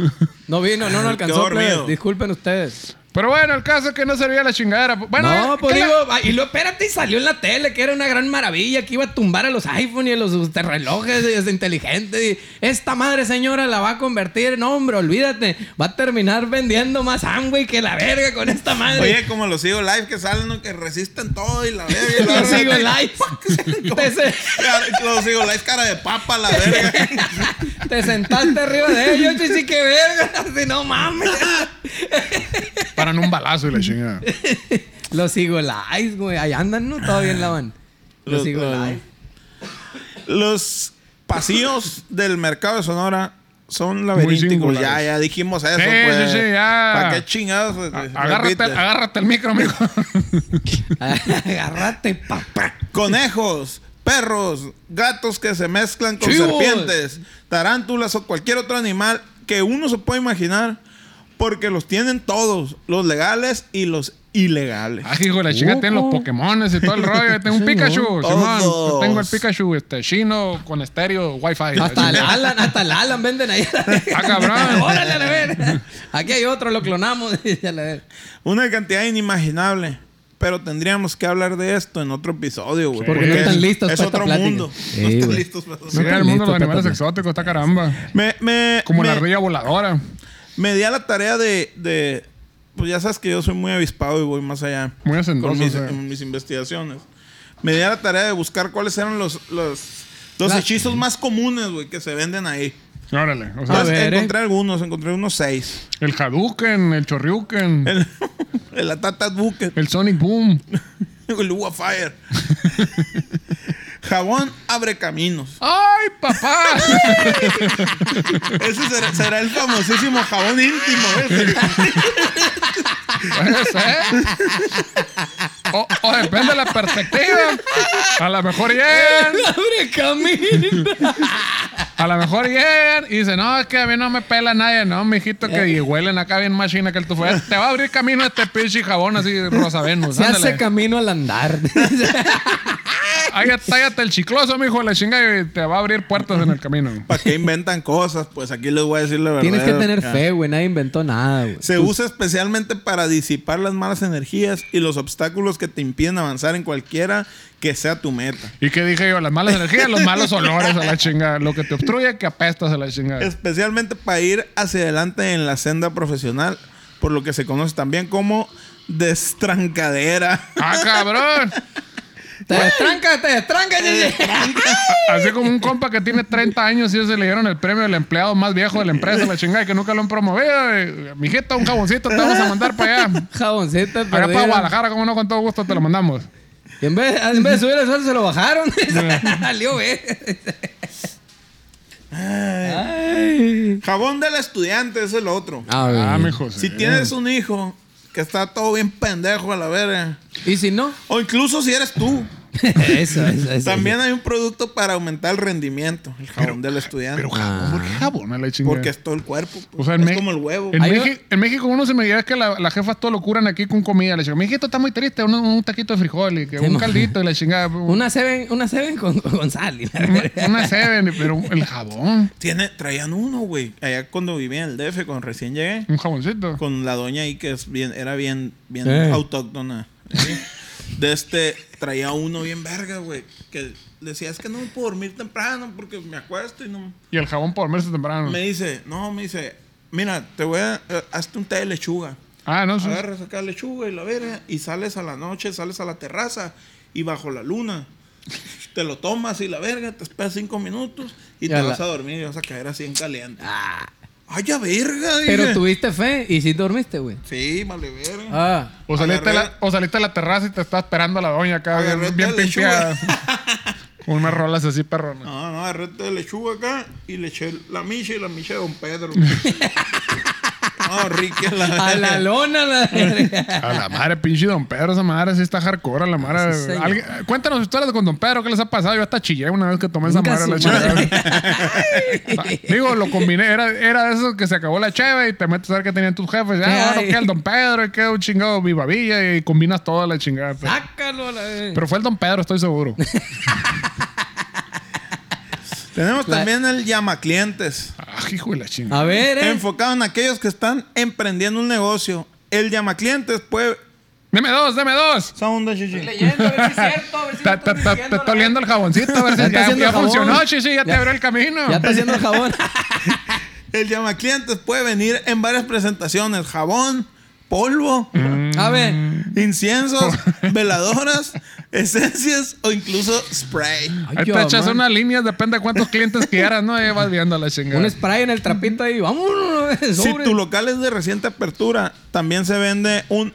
Speaker 4: No vino, no nos
Speaker 3: Qué
Speaker 4: alcanzó.
Speaker 3: dormido.
Speaker 4: plebes. Disculpen ustedes.
Speaker 2: Pero bueno, el caso es que no servía la chingadera. Bueno,
Speaker 4: no,
Speaker 2: eh,
Speaker 4: pues
Speaker 2: ¿qué
Speaker 4: digo,
Speaker 2: la-
Speaker 4: ah, y lo espérate, y salió en la tele que era una gran maravilla, que iba a tumbar a los iPhone y a los este, relojes y es inteligente. y esta madre señora la va a convertir. No, hombre, olvídate. Va a terminar vendiendo más Amway que la verga con esta madre. *laughs*
Speaker 3: Oye, como los sigo live que salen, ¿no? que resisten todo y la verga. y
Speaker 4: *laughs*
Speaker 3: la
Speaker 4: Los sigo
Speaker 3: verga.
Speaker 4: live.
Speaker 2: *laughs*
Speaker 4: Te, se-
Speaker 3: Cara- *laughs* Los sigo live, cara de papa, la verga.
Speaker 4: te sentaste arriba de ellos, chichi, que verga. *laughs* Así, no mames.
Speaker 2: *laughs* Paran un balazo y la
Speaker 4: *laughs*
Speaker 2: chingada.
Speaker 4: Los Igolais, güey. Ahí andan, ¿no? Todavía en la van. Los
Speaker 3: Los-
Speaker 4: Igolais.
Speaker 3: Los pasillos del mercado de Sonora son
Speaker 2: Muy
Speaker 3: laberínticos.
Speaker 2: singulares.
Speaker 3: Ya, ya dijimos eso,
Speaker 2: Sí,
Speaker 3: pues.
Speaker 2: sí, sí, ya.
Speaker 3: ¿Para qué chingados? pues,
Speaker 2: Agárrate,
Speaker 3: repite?
Speaker 2: agárrate el micro,
Speaker 4: *laughs*
Speaker 2: amigo.
Speaker 4: *laughs* Agárrate, papá.
Speaker 3: Conejos, perros, gatos que se mezclan con
Speaker 4: Chivos.
Speaker 3: serpientes, tarántulas o cualquier otro animal que uno se puede imaginar. Porque los tienen todos, los legales y los ilegales.
Speaker 2: Ah, hijo, de la chingada tiene los Pokémones y todo el rollo. Yo Tengo un Pikachu, Simón. Yo tengo el
Speaker 3: Todos.
Speaker 2: Pikachu este, chino con estéreo, wifi. la
Speaker 4: Hasta el
Speaker 2: chingada.
Speaker 4: Alan, hasta el Alan venden ahí.
Speaker 2: *laughs* Ah, cabrón.
Speaker 4: *laughs* Órale, a la verga. Aquí hay otro, lo clonamos. *laughs* A la verga.
Speaker 3: Una cantidad inimaginable. Pero tendríamos que hablar de esto en otro episodio, güey.
Speaker 4: Porque no están
Speaker 3: es-
Speaker 4: listos
Speaker 3: Es
Speaker 4: para esta
Speaker 3: otro
Speaker 4: plática.
Speaker 3: mundo.
Speaker 4: Sí,
Speaker 3: no están
Speaker 4: güey.
Speaker 3: listos para
Speaker 2: Sí, el mundo de los animales exóticos está caramba.
Speaker 3: me, me,
Speaker 2: Como
Speaker 3: me,
Speaker 2: la ardilla voladora.
Speaker 3: me di a la tarea de, de- Pues ya sabes que yo soy muy avispado y voy más allá.
Speaker 2: Muy hacendoso,
Speaker 3: Con mis,
Speaker 2: o sea.
Speaker 3: en mis investigaciones. Me di a la tarea de buscar cuáles eran los, los, los
Speaker 4: La-
Speaker 3: hechizos más comunes, güey, que se venden ahí.
Speaker 2: Órale. O
Speaker 4: A
Speaker 2: sea,
Speaker 3: Entonces,
Speaker 4: ver, ¿eh?
Speaker 3: encontré algunos, encontré unos seis. *laughs*
Speaker 2: el Hadouken, el Chorriuken,
Speaker 3: El, el Atatat Bucket,
Speaker 4: *laughs*
Speaker 2: el Sonic Boom.
Speaker 3: el Uwa Fire. Jabón abre caminos.
Speaker 2: ¡Ay, papá!
Speaker 4: *laughs*
Speaker 3: Ese será, será el famosísimo jabón íntimo. ese.
Speaker 2: Puede ser. O, o depende de la perspectiva. A lo mejor llegan,
Speaker 4: Abre camino.
Speaker 2: a lo mejor llegan y dicen, no, es que a mí no me pela nadie, no, mijito, que
Speaker 4: Eh.
Speaker 2: y huelen acá bien machina que el tufo. Te va a abrir camino este pinche jabón así, Rosa Venus.
Speaker 4: Se
Speaker 2: Pues ándale.
Speaker 4: hace camino al andar. *laughs*
Speaker 2: Ahí tállate el chicloso, mijo, la chinga y te va a abrir puertas en el camino.
Speaker 3: *laughs* ¿Para qué inventan cosas? Pues aquí les voy a decir la verdad.
Speaker 4: Tienes que tener
Speaker 3: Ya.
Speaker 4: fe, güey. Nadie inventó nada, güey.
Speaker 3: Se usa especialmente para disipar las malas energías y los obstáculos que te impiden avanzar en cualquiera que sea tu meta.
Speaker 2: ¿Y qué dije yo? Las malas energías, los malos olores a la chinga. Lo que te obstruye, que apestas a la chinga.
Speaker 3: Especialmente para ir hacia adelante en la senda profesional, por lo que se conoce también como
Speaker 4: *laughs*
Speaker 3: destrancadera.
Speaker 2: ¡Ah, cabrón!
Speaker 4: Te destranca, te destranca,
Speaker 2: Así como un compa que tiene 30 años y se le dieron el premio del empleado más viejo de la empresa, la chingada, y que nunca lo han promovido. eh, Mijita, un jaboncito te vamos a mandar
Speaker 4: *laughs*
Speaker 2: para allá.
Speaker 4: Jaboncita,
Speaker 2: Allá para
Speaker 4: pero.
Speaker 2: Guadalajara, como no, con todo gusto te lo mandamos.
Speaker 4: Y en vez, en vez de subir el sueldo, se lo
Speaker 2: *laughs*
Speaker 4: bajaron. *laughs* Salió, güey. Ay.
Speaker 3: Jabón del estudiante, ese es el otro.
Speaker 2: Ah, mijo.
Speaker 3: Si
Speaker 2: sí.
Speaker 4: Eh.
Speaker 3: tienes un hijo que está todo bien pendejo a la verga,
Speaker 4: ¿Y si no? *laughs*
Speaker 3: o incluso si eres tú,
Speaker 4: eso, eso, eso.
Speaker 3: también hay un producto para aumentar el rendimiento, el jabón del estudiante.
Speaker 2: Pero
Speaker 4: Ah.
Speaker 2: jabón, ¿por qué jabón a la chingada?
Speaker 3: Porque es todo el cuerpo. pues.
Speaker 2: O sea, en
Speaker 3: es
Speaker 2: Mex-
Speaker 3: como el huevo.
Speaker 2: En,
Speaker 4: Ahí va.
Speaker 2: México, en México uno se me lleva es que la, las jefas todo lo curan aquí con comida. Le digo, mi hijito está muy triste, un, un taquito de frijol y que
Speaker 4: Sí,
Speaker 2: un
Speaker 4: mo.
Speaker 2: caldito y la
Speaker 4: *laughs*
Speaker 2: chingada. Una,
Speaker 4: Una Seven, una seven con con González. *laughs*
Speaker 2: una seven, pero el jabón,
Speaker 3: Tiene, traían uno, güey. Allá cuando vivía en el DF, cuando recién llegué,
Speaker 2: un jaboncito.
Speaker 3: con la doña ahí que es bien, era bien, bien
Speaker 4: Sí.
Speaker 3: autóctona. ¿sí? De este, traía uno bien verga, güey. Que decía, es que no puedo dormir temprano porque me acuesto y no.
Speaker 2: Y el jabón por meses
Speaker 4: Mm.
Speaker 2: temprano.
Speaker 3: Me dice, no, me dice, mira, te voy a. eh, hazte un té de lechuga.
Speaker 2: Ah, no, sí.
Speaker 3: Agarras acá lechuga y la verga. Y sales a la noche, sales a la terraza y bajo la
Speaker 4: *laughs*
Speaker 3: luna. Te lo tomas y la verga, te esperas cinco minutos y,
Speaker 4: Y
Speaker 3: te
Speaker 4: a la-
Speaker 3: vas a dormir y vas a caer así en caliente. ¡Ay, ya verga!
Speaker 4: Ah, Pero
Speaker 3: dije.
Speaker 4: tuviste fe y sí dormiste, güey.
Speaker 3: Sí, vale verga.
Speaker 4: Ah.
Speaker 2: O saliste, a
Speaker 3: Agarré-
Speaker 2: la, o saliste a la terraza y te está esperando la doña acá,
Speaker 3: Agarré
Speaker 2: bien, bien
Speaker 3: otra lechuga.
Speaker 2: pimpeada. *laughs* Con unas rolas así perronas.
Speaker 3: No, no, agarré té de lechuga acá y le eché la micha y la micha de Don
Speaker 4: *laughs*
Speaker 3: Pedro. no, rica la
Speaker 2: *laughs*
Speaker 4: A la lona, la
Speaker 2: A la madre, pinche Don Pedro, esa madre sí está hardcore, a la madre.
Speaker 4: Sí, señor.
Speaker 2: Alguien- cuéntanos historias con Don Pedro, ¿qué les ha pasado? Yo hasta chillé una vez que tomé esa
Speaker 4: Nunca
Speaker 2: madre. La
Speaker 4: su madre. *laughs*
Speaker 2: chingada. Digo, lo combiné, era, era de esos que se acabó la cheve y te metes a ver qué tenían tus jefes.
Speaker 4: Ay.
Speaker 2: Ah, bueno, que el Don Pedro y que un chingado viva villa y combinas toda la chingada. Pero,
Speaker 4: Sácalo, la
Speaker 2: pero fue el Don Pedro, estoy
Speaker 4: *laughs*
Speaker 2: seguro.
Speaker 3: Tenemos
Speaker 4: La-
Speaker 3: también el llama clientes.
Speaker 2: Ah, hijo de la chingada.
Speaker 4: A ver, eh.
Speaker 3: Enfocado en aquellos que están emprendiendo un negocio. El llama clientes puede.
Speaker 2: Deme dos, deme dos.
Speaker 3: Sound de chichi.
Speaker 4: Leyendo, a ver si es cierto, a ver si
Speaker 2: Está, está, está, está, está oliendo el jaboncito, a ver si
Speaker 4: Ya
Speaker 2: ya,
Speaker 4: está haciendo
Speaker 2: ya
Speaker 4: el jabón.
Speaker 2: funcionó, Ah, sí, sí, ya, te
Speaker 4: Ya-
Speaker 2: abrió el camino.
Speaker 4: Ya está haciendo el jabón.
Speaker 3: El llama clientes puede venir en varias presentaciones: jabón, polvo,
Speaker 2: Mm.
Speaker 4: A ver. *laughs*
Speaker 3: inciensos, veladoras, esencias o incluso spray.
Speaker 2: Ahí te echas unas líneas, depende de cuántos
Speaker 4: *laughs*
Speaker 2: clientes quieras, ¿no? Ahí vas viendo la chingada.
Speaker 4: Un spray en el trapito ahí. Vámonos.
Speaker 3: Si
Speaker 4: sobre.
Speaker 3: tu local es de reciente apertura, también se vende un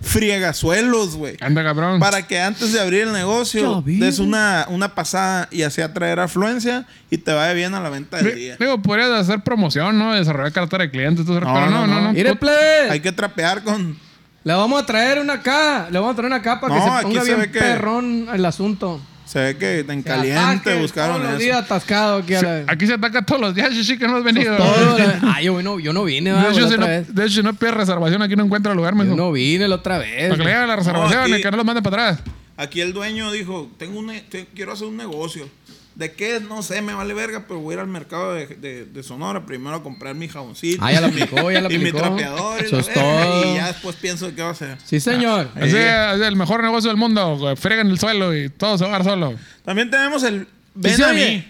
Speaker 3: friegasuelos, güey.
Speaker 2: Anda, cabrón.
Speaker 3: Para que antes de abrir el
Speaker 4: Ya
Speaker 3: negocio
Speaker 4: vi,
Speaker 3: des
Speaker 4: güey.
Speaker 3: una, una pasada y así atraer afluencia y te vaya bien a la venta del
Speaker 2: Di-
Speaker 3: día.
Speaker 2: Digo, podrías hacer promoción, ¿no? Desarrollar cartera de clientes, todo eso,
Speaker 3: No,
Speaker 2: pero no,
Speaker 3: no,
Speaker 2: no, no.
Speaker 3: no.
Speaker 4: Mire,
Speaker 2: Tú-
Speaker 4: plebe.
Speaker 3: Hay que trapear con.
Speaker 4: Le vamos a traer una acá. Le vamos a traer una acá para
Speaker 3: No,
Speaker 4: que se
Speaker 3: aquí
Speaker 4: ponga
Speaker 3: se
Speaker 4: bien
Speaker 3: ve que-
Speaker 4: perrón el asunto.
Speaker 3: Se ve que en
Speaker 4: Se
Speaker 3: caliente
Speaker 4: ataque
Speaker 3: buscaron
Speaker 4: todos los
Speaker 3: eso.
Speaker 4: días atascado aquí a la vez.
Speaker 2: Aquí se ataca todos los días, sí, sí, que no has venido.
Speaker 4: Todo la- Ay, yo no, yo no vine, va,
Speaker 2: de, hecho,
Speaker 4: güey,
Speaker 2: si no,
Speaker 4: otra vez.
Speaker 2: de hecho, si no pides reservación, aquí no encuentra lugar,
Speaker 4: Yo
Speaker 2: mejor.
Speaker 4: no vine la otra vez.
Speaker 2: Para que le hagan la reservación
Speaker 3: No, aquí-
Speaker 2: y que no los manden para atrás.
Speaker 3: Aquí el dueño dijo: tengo un, ne- te- Quiero hacer un negocio. ¿De qué? No sé, me vale verga, pero voy a ir al mercado de, de- de Sonora primero a comprar mi jaboncito.
Speaker 4: *laughs* Ah, ya
Speaker 3: *laughs*
Speaker 4: la
Speaker 3: y mi-
Speaker 4: aplicó, ya la
Speaker 3: Y mi
Speaker 4: aplicó.
Speaker 3: trapeador y,
Speaker 4: Eso
Speaker 3: la
Speaker 4: es
Speaker 3: verga,
Speaker 4: todo.
Speaker 3: y ya después pienso de qué va a hacer.
Speaker 4: Sí, señor.
Speaker 2: Así es el mejor negocio del mundo. güey. Fregan el suelo y todo se va a dar solo.
Speaker 3: También tenemos el. Ven
Speaker 4: se
Speaker 3: a
Speaker 4: oye?
Speaker 3: mí.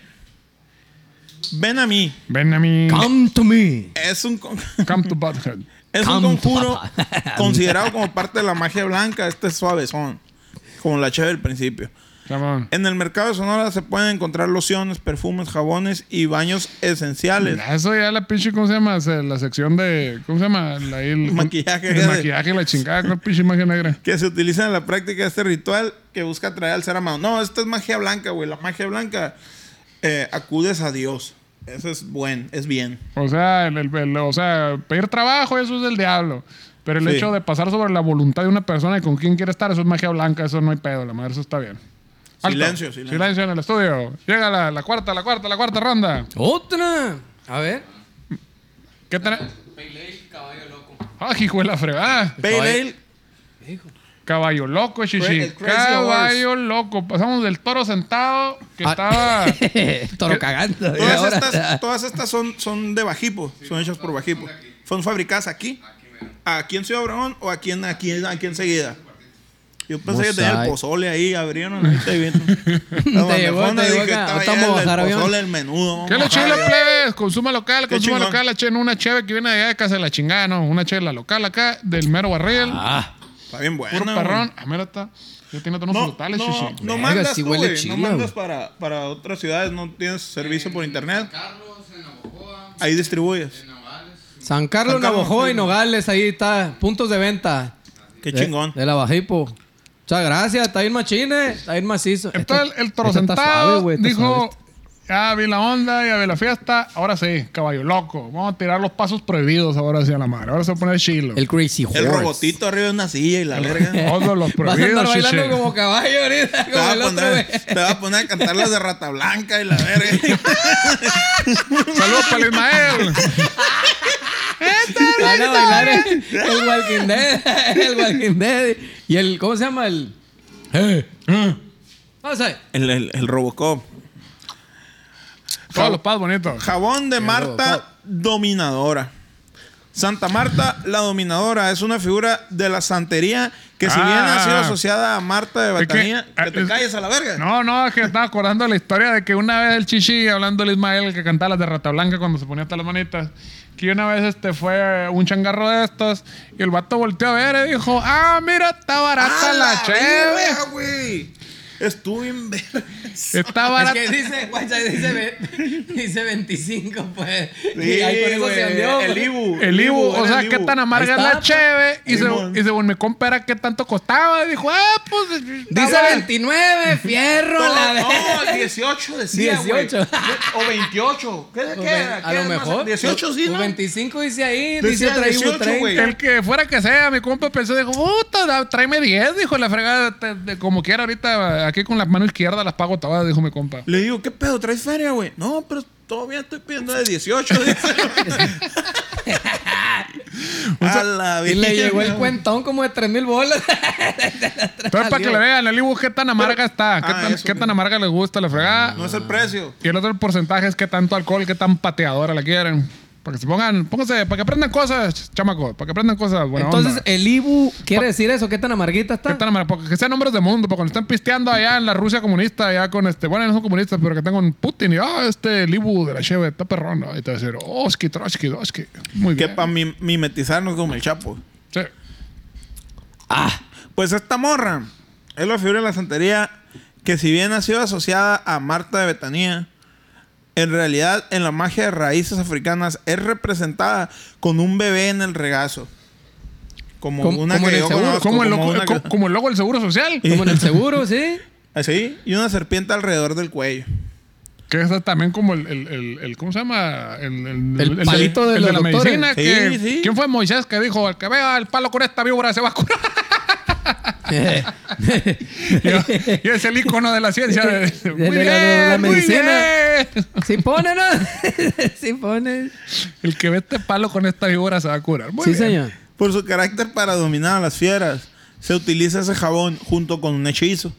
Speaker 3: Ven a mí.
Speaker 2: Ven a mí.
Speaker 4: Come to me.
Speaker 3: Es un. con- *laughs*
Speaker 2: Come to Butthead.
Speaker 3: Es
Speaker 4: Campo,
Speaker 3: un conjuro
Speaker 4: papá. *laughs*
Speaker 3: considerado como parte de la magia blanca. Este es suavezón. Como la chave del principio.
Speaker 2: Simón.
Speaker 3: En el mercado de Sonora se pueden encontrar lociones, perfumes, jabones y baños esenciales.
Speaker 2: Eso ya la pinche, ¿cómo se llama? Se- La sección de. ¿Cómo se llama? La, el,
Speaker 3: Maquillaje.
Speaker 2: El maquillaje, la chingada, con pinche magia negra.
Speaker 3: que se utiliza en la práctica de este ritual que busca atraer al ser amado. No, esta es magia blanca, güey. La magia blanca eh, acudes a Dios. Eso es buen, es bien.
Speaker 2: O sea, el, el- el- o sea, pedir trabajo, eso es del diablo. Pero el
Speaker 3: Sí.
Speaker 2: hecho de pasar sobre la voluntad de una persona y con quién quiere estar, eso es magia blanca, eso no hay pedo, la madre, eso está bien.
Speaker 3: Silencio, silencio.
Speaker 2: en el estudio. Llega la, la cuarta, la cuarta, la cuarta ronda.
Speaker 4: Otra. A ver.
Speaker 2: ¿Qué tenés?
Speaker 5: Pale Ale, caballo loco.
Speaker 2: ¡Ay, hijo de la fregada!
Speaker 3: Pale
Speaker 4: Ay.
Speaker 3: Ale,
Speaker 4: Hijo.
Speaker 2: Caballo loco,
Speaker 3: Cra-
Speaker 2: chichi.
Speaker 3: el Crazy
Speaker 2: Caballo loco. Pasamos del toro sentado que estaba.
Speaker 4: Ah. *laughs* Toro cagando. y
Speaker 3: todas
Speaker 4: ahora-
Speaker 3: estas, todas estas son, son de Bajipo, son hechas por Bajipo. Son fabricadas aquí, aquí en Ciudad Obregón o aquí en, aquí, en- aquí enseguida. Yo pensé que tenía el
Speaker 4: Mosaic.
Speaker 3: pozole ahí, abrieron ahí te
Speaker 4: *laughs*
Speaker 3: viendo.
Speaker 4: Te llegó, te llegó acá, ahorita vamos a bajar
Speaker 3: el
Speaker 4: avión.
Speaker 3: pozole, el menudo.
Speaker 2: ¿Qué le
Speaker 3: vamos a
Speaker 2: chile,
Speaker 3: bajar avión.
Speaker 2: plebes? Consuma local,
Speaker 3: Qué
Speaker 2: consuma
Speaker 3: chingón.
Speaker 2: local. Echen una cheve que viene de allá de casa de la chingada, no. Una chela local acá, del mero barril.
Speaker 4: *laughs* Ah.
Speaker 3: Está bien bueno.
Speaker 2: puro
Speaker 3: güey.
Speaker 2: perrón. Ah, mira, está. Ya tiene tonos
Speaker 3: No,
Speaker 2: frutales,
Speaker 3: no,
Speaker 2: chichi.
Speaker 3: no
Speaker 4: Verga,
Speaker 3: mandas,
Speaker 4: sí
Speaker 3: tú,
Speaker 4: huele
Speaker 3: güey,
Speaker 4: chido,
Speaker 3: no mandas
Speaker 4: güey.
Speaker 3: para, para otras ciudades, no tienes servicio por internet.
Speaker 5: Carlos, en Navajoa,
Speaker 3: Ahí distribuyes.
Speaker 5: en Navales.
Speaker 4: San Carlos,
Speaker 3: San Carlos,
Speaker 4: Navajoa
Speaker 3: sí.
Speaker 4: y Nogales, ahí está. Puntos de venta.
Speaker 3: Qué
Speaker 4: De-
Speaker 3: Eh, chingón.
Speaker 4: De la Bajipo. Muchas gracias. Está bien machine. Está bien macizo.
Speaker 2: Entonces,
Speaker 4: Esta-
Speaker 2: el toro
Speaker 4: esta está
Speaker 2: sentado
Speaker 4: suave, güey, está
Speaker 2: dijo:
Speaker 4: suave.
Speaker 2: Ya vi la onda, ya vi la fiesta. Ahora sí, caballo loco. Vamos a tirar los pasos prohibidos ahora hacia la madre. Ahora se va a poner chilo.
Speaker 4: El Crazy Horse.
Speaker 3: El robotito arriba de una silla y la
Speaker 4: *laughs*
Speaker 3: verga.
Speaker 2: Todos los
Speaker 4: Vas a andar
Speaker 2: prohibidos, chichi.
Speaker 4: bailando como caballo ahorita.
Speaker 3: Te
Speaker 4: Como
Speaker 3: va, a
Speaker 4: el otro,
Speaker 3: poner,
Speaker 4: güey.
Speaker 3: te va a poner a cantar las de Rata Blanca y la verga.
Speaker 2: Saludos para el Ismael.
Speaker 4: *laughs* Van a bailar el, el Walking Dead. El Walking Dead. Y el. ¿Cómo se llama? El. Eh, eh. No sé.
Speaker 3: El, el, el Robocop.
Speaker 2: Todos los pasos bonitos.
Speaker 3: Jabón de
Speaker 4: Robocop.
Speaker 3: Marta Dominadora. Santa Marta la Dominadora es una figura de la santería que si bien ha sido
Speaker 2: Ah.
Speaker 3: asociada a Marta de
Speaker 2: Es que-
Speaker 3: Batanía, que, te
Speaker 2: es-
Speaker 3: calles a la verga.
Speaker 2: No, no, es que estaba acordando la historia de que una vez el chichi, hablando del Ismael, que cantaba las de Rata Blanca cuando se ponía hasta las manitas, que una vez este fue un changarro de estos y el vato volteó a ver y dijo, ah, mira, está barata
Speaker 3: ¡A
Speaker 2: la cheve.
Speaker 3: verga, güey! Estuve en verga.
Speaker 2: Está
Speaker 4: Es
Speaker 2: barata.
Speaker 4: que dice, guacha, dice, ve- dice 25, pues.
Speaker 3: Sí,
Speaker 4: y ahí con eso se
Speaker 3: güey,
Speaker 4: hundió.
Speaker 3: El
Speaker 4: pues.
Speaker 3: Ibu.
Speaker 2: El Ibu, o
Speaker 3: era
Speaker 2: sea,
Speaker 3: el
Speaker 2: qué
Speaker 3: Ibu.
Speaker 2: tan amarga
Speaker 4: Ahí
Speaker 2: es la
Speaker 4: está,
Speaker 2: cheve. Y,
Speaker 3: Simón.
Speaker 2: se, y según mi compa era qué tanto costaba. Y dijo, ah, pues.
Speaker 4: Dice
Speaker 2: estaba-
Speaker 4: 29, fierro,
Speaker 3: No,
Speaker 4: la
Speaker 3: no, *laughs*
Speaker 4: verga.
Speaker 3: 18 decía, güey.
Speaker 4: 18.
Speaker 3: O 28. ¿Qué, qué,
Speaker 4: O ve-
Speaker 3: era?
Speaker 4: a
Speaker 3: ¿Qué
Speaker 4: lo
Speaker 3: era más?
Speaker 4: mejor. Pues
Speaker 3: 18 sí,
Speaker 4: o
Speaker 3: ¿no?
Speaker 4: 25 dice ahí, dice
Speaker 3: Decía
Speaker 4: otra Ibu
Speaker 3: 18,
Speaker 4: 30.
Speaker 3: güey.
Speaker 2: El que fuera que sea, mi compa pensó, dijo, puta, da- tráeme 10, dijo la fregada, te- de- como quiera ahorita, aquí con la mano izquierda las pago todas, dijo mi compa.
Speaker 3: Le digo, ¿qué pedo? ¿Traes feria, güey? No, pero todavía estoy pidiendo de 18.
Speaker 4: *laughs*
Speaker 3: dice. a la
Speaker 4: Y le llegó
Speaker 2: *laughs*
Speaker 4: el
Speaker 3: verga.
Speaker 4: cuentón como de 3 mil bolas.
Speaker 2: Entonces, para que le vean, el Ibu, qué tan amarga está, qué,
Speaker 3: Ah,
Speaker 2: tan,
Speaker 3: eso,
Speaker 2: qué tan amarga le gusta la fregada.
Speaker 3: No es el precio.
Speaker 2: Y el otro porcentaje es qué tanto alcohol, qué tan pateadora la quieren. Para que se pongan, pónganse, para que aprendan cosas, chamaco, para que aprendan cosas. Buena
Speaker 4: Entonces,
Speaker 2: onda.
Speaker 4: el Ibu quiere decir eso, ¿qué tan amarguita
Speaker 2: ¿Qué
Speaker 4: está?
Speaker 2: tan amarga? Porque que sean hombres de mundo, porque cuando están pisteando allá en la Rusia comunista, allá con este, bueno, no son comunistas, pero que están con Putin y, ah, este, el Ibu de la Cheve está perrón, y te va a decir, oh, ski, trotsky, doski. Muy
Speaker 3: Que
Speaker 2: bien.
Speaker 3: para mimetizarnos como el Chapo.
Speaker 2: Sí.
Speaker 3: Pues esta morra es la figura de la santería que si bien ha sido asociada a Marta de Betanía, en realidad en la magia de raíces africanas es representada con un bebé en el regazo. Como
Speaker 4: Como-
Speaker 3: una
Speaker 4: como
Speaker 3: que
Speaker 4: en el
Speaker 3: yo
Speaker 4: seguro,
Speaker 3: conozco,
Speaker 2: Como el,
Speaker 3: como
Speaker 2: loco-
Speaker 3: una
Speaker 2: co-
Speaker 3: que-
Speaker 2: como el logo del Seguro Social.
Speaker 4: Como en el
Speaker 2: *laughs*
Speaker 4: seguro, ¿sí?
Speaker 3: Así, y una serpiente alrededor del cuello.
Speaker 2: Que es también como el, el, el, el- ¿cómo se llama? El,
Speaker 4: El palito de
Speaker 2: el
Speaker 4: los
Speaker 2: la
Speaker 4: doctores.
Speaker 2: medicina.
Speaker 3: Sí,
Speaker 2: que,
Speaker 3: sí.
Speaker 2: ¿Quién fue Moisés que dijo, el que vea el palo con esta víbora se va a curar? *laughs* y, y es
Speaker 4: *laughs*
Speaker 2: el icono de la ciencia. De,
Speaker 4: De
Speaker 2: muy
Speaker 4: la-
Speaker 2: bien,
Speaker 4: la- la
Speaker 2: muy
Speaker 4: medicina.
Speaker 2: bien.
Speaker 4: Sí pone, ¿no? *laughs* Sí pone.
Speaker 2: El que ve este palo con esta víbora se va a curar. Muy
Speaker 4: Sí,
Speaker 2: bien.
Speaker 4: señor.
Speaker 3: Por su carácter para dominar a las fieras, se utiliza ese jabón junto con un hechizo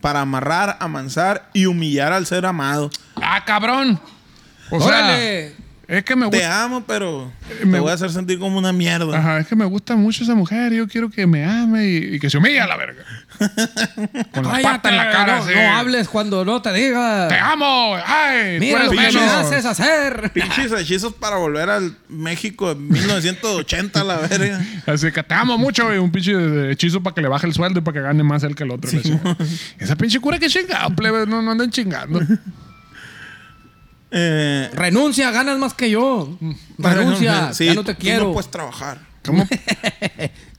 Speaker 3: para amarrar, amansar y humillar al ser amado.
Speaker 2: Ah, cabrón. O sea,
Speaker 4: ¡Órale!
Speaker 2: Es que me
Speaker 3: Te
Speaker 2: gusta.
Speaker 3: amo, pero
Speaker 2: Me-
Speaker 3: me voy a hacer sentir como una mierda.
Speaker 2: Ajá, es que me gusta mucho esa mujer. Yo quiero que me ame y, y que se humille a la verga. Con la pata en la cara.
Speaker 4: no,
Speaker 2: así.
Speaker 4: no hables cuando no te diga.
Speaker 2: Te amo. Ay,
Speaker 4: Mira lo
Speaker 2: tú
Speaker 4: que
Speaker 2: eres
Speaker 4: me
Speaker 2: bueno.
Speaker 4: haces hacer.
Speaker 3: Pinches hechizos para volver al México de 1980 a la verga.
Speaker 2: Así que te amo mucho, y Un pinche de- hechizo para que le baje el sueldo y para que gane más él que el otro. la chingada. Esa pinche cura que chingado, plebe. No, no anden chingando.
Speaker 3: Eh,
Speaker 4: Renuncia, ganas más que yo.
Speaker 2: Mm.
Speaker 3: para-
Speaker 4: Renuncia,
Speaker 3: sí,
Speaker 4: ya no te
Speaker 3: tú
Speaker 4: quiero.
Speaker 3: No
Speaker 2: pues,
Speaker 3: puedes trabajar.
Speaker 2: ¿Cómo?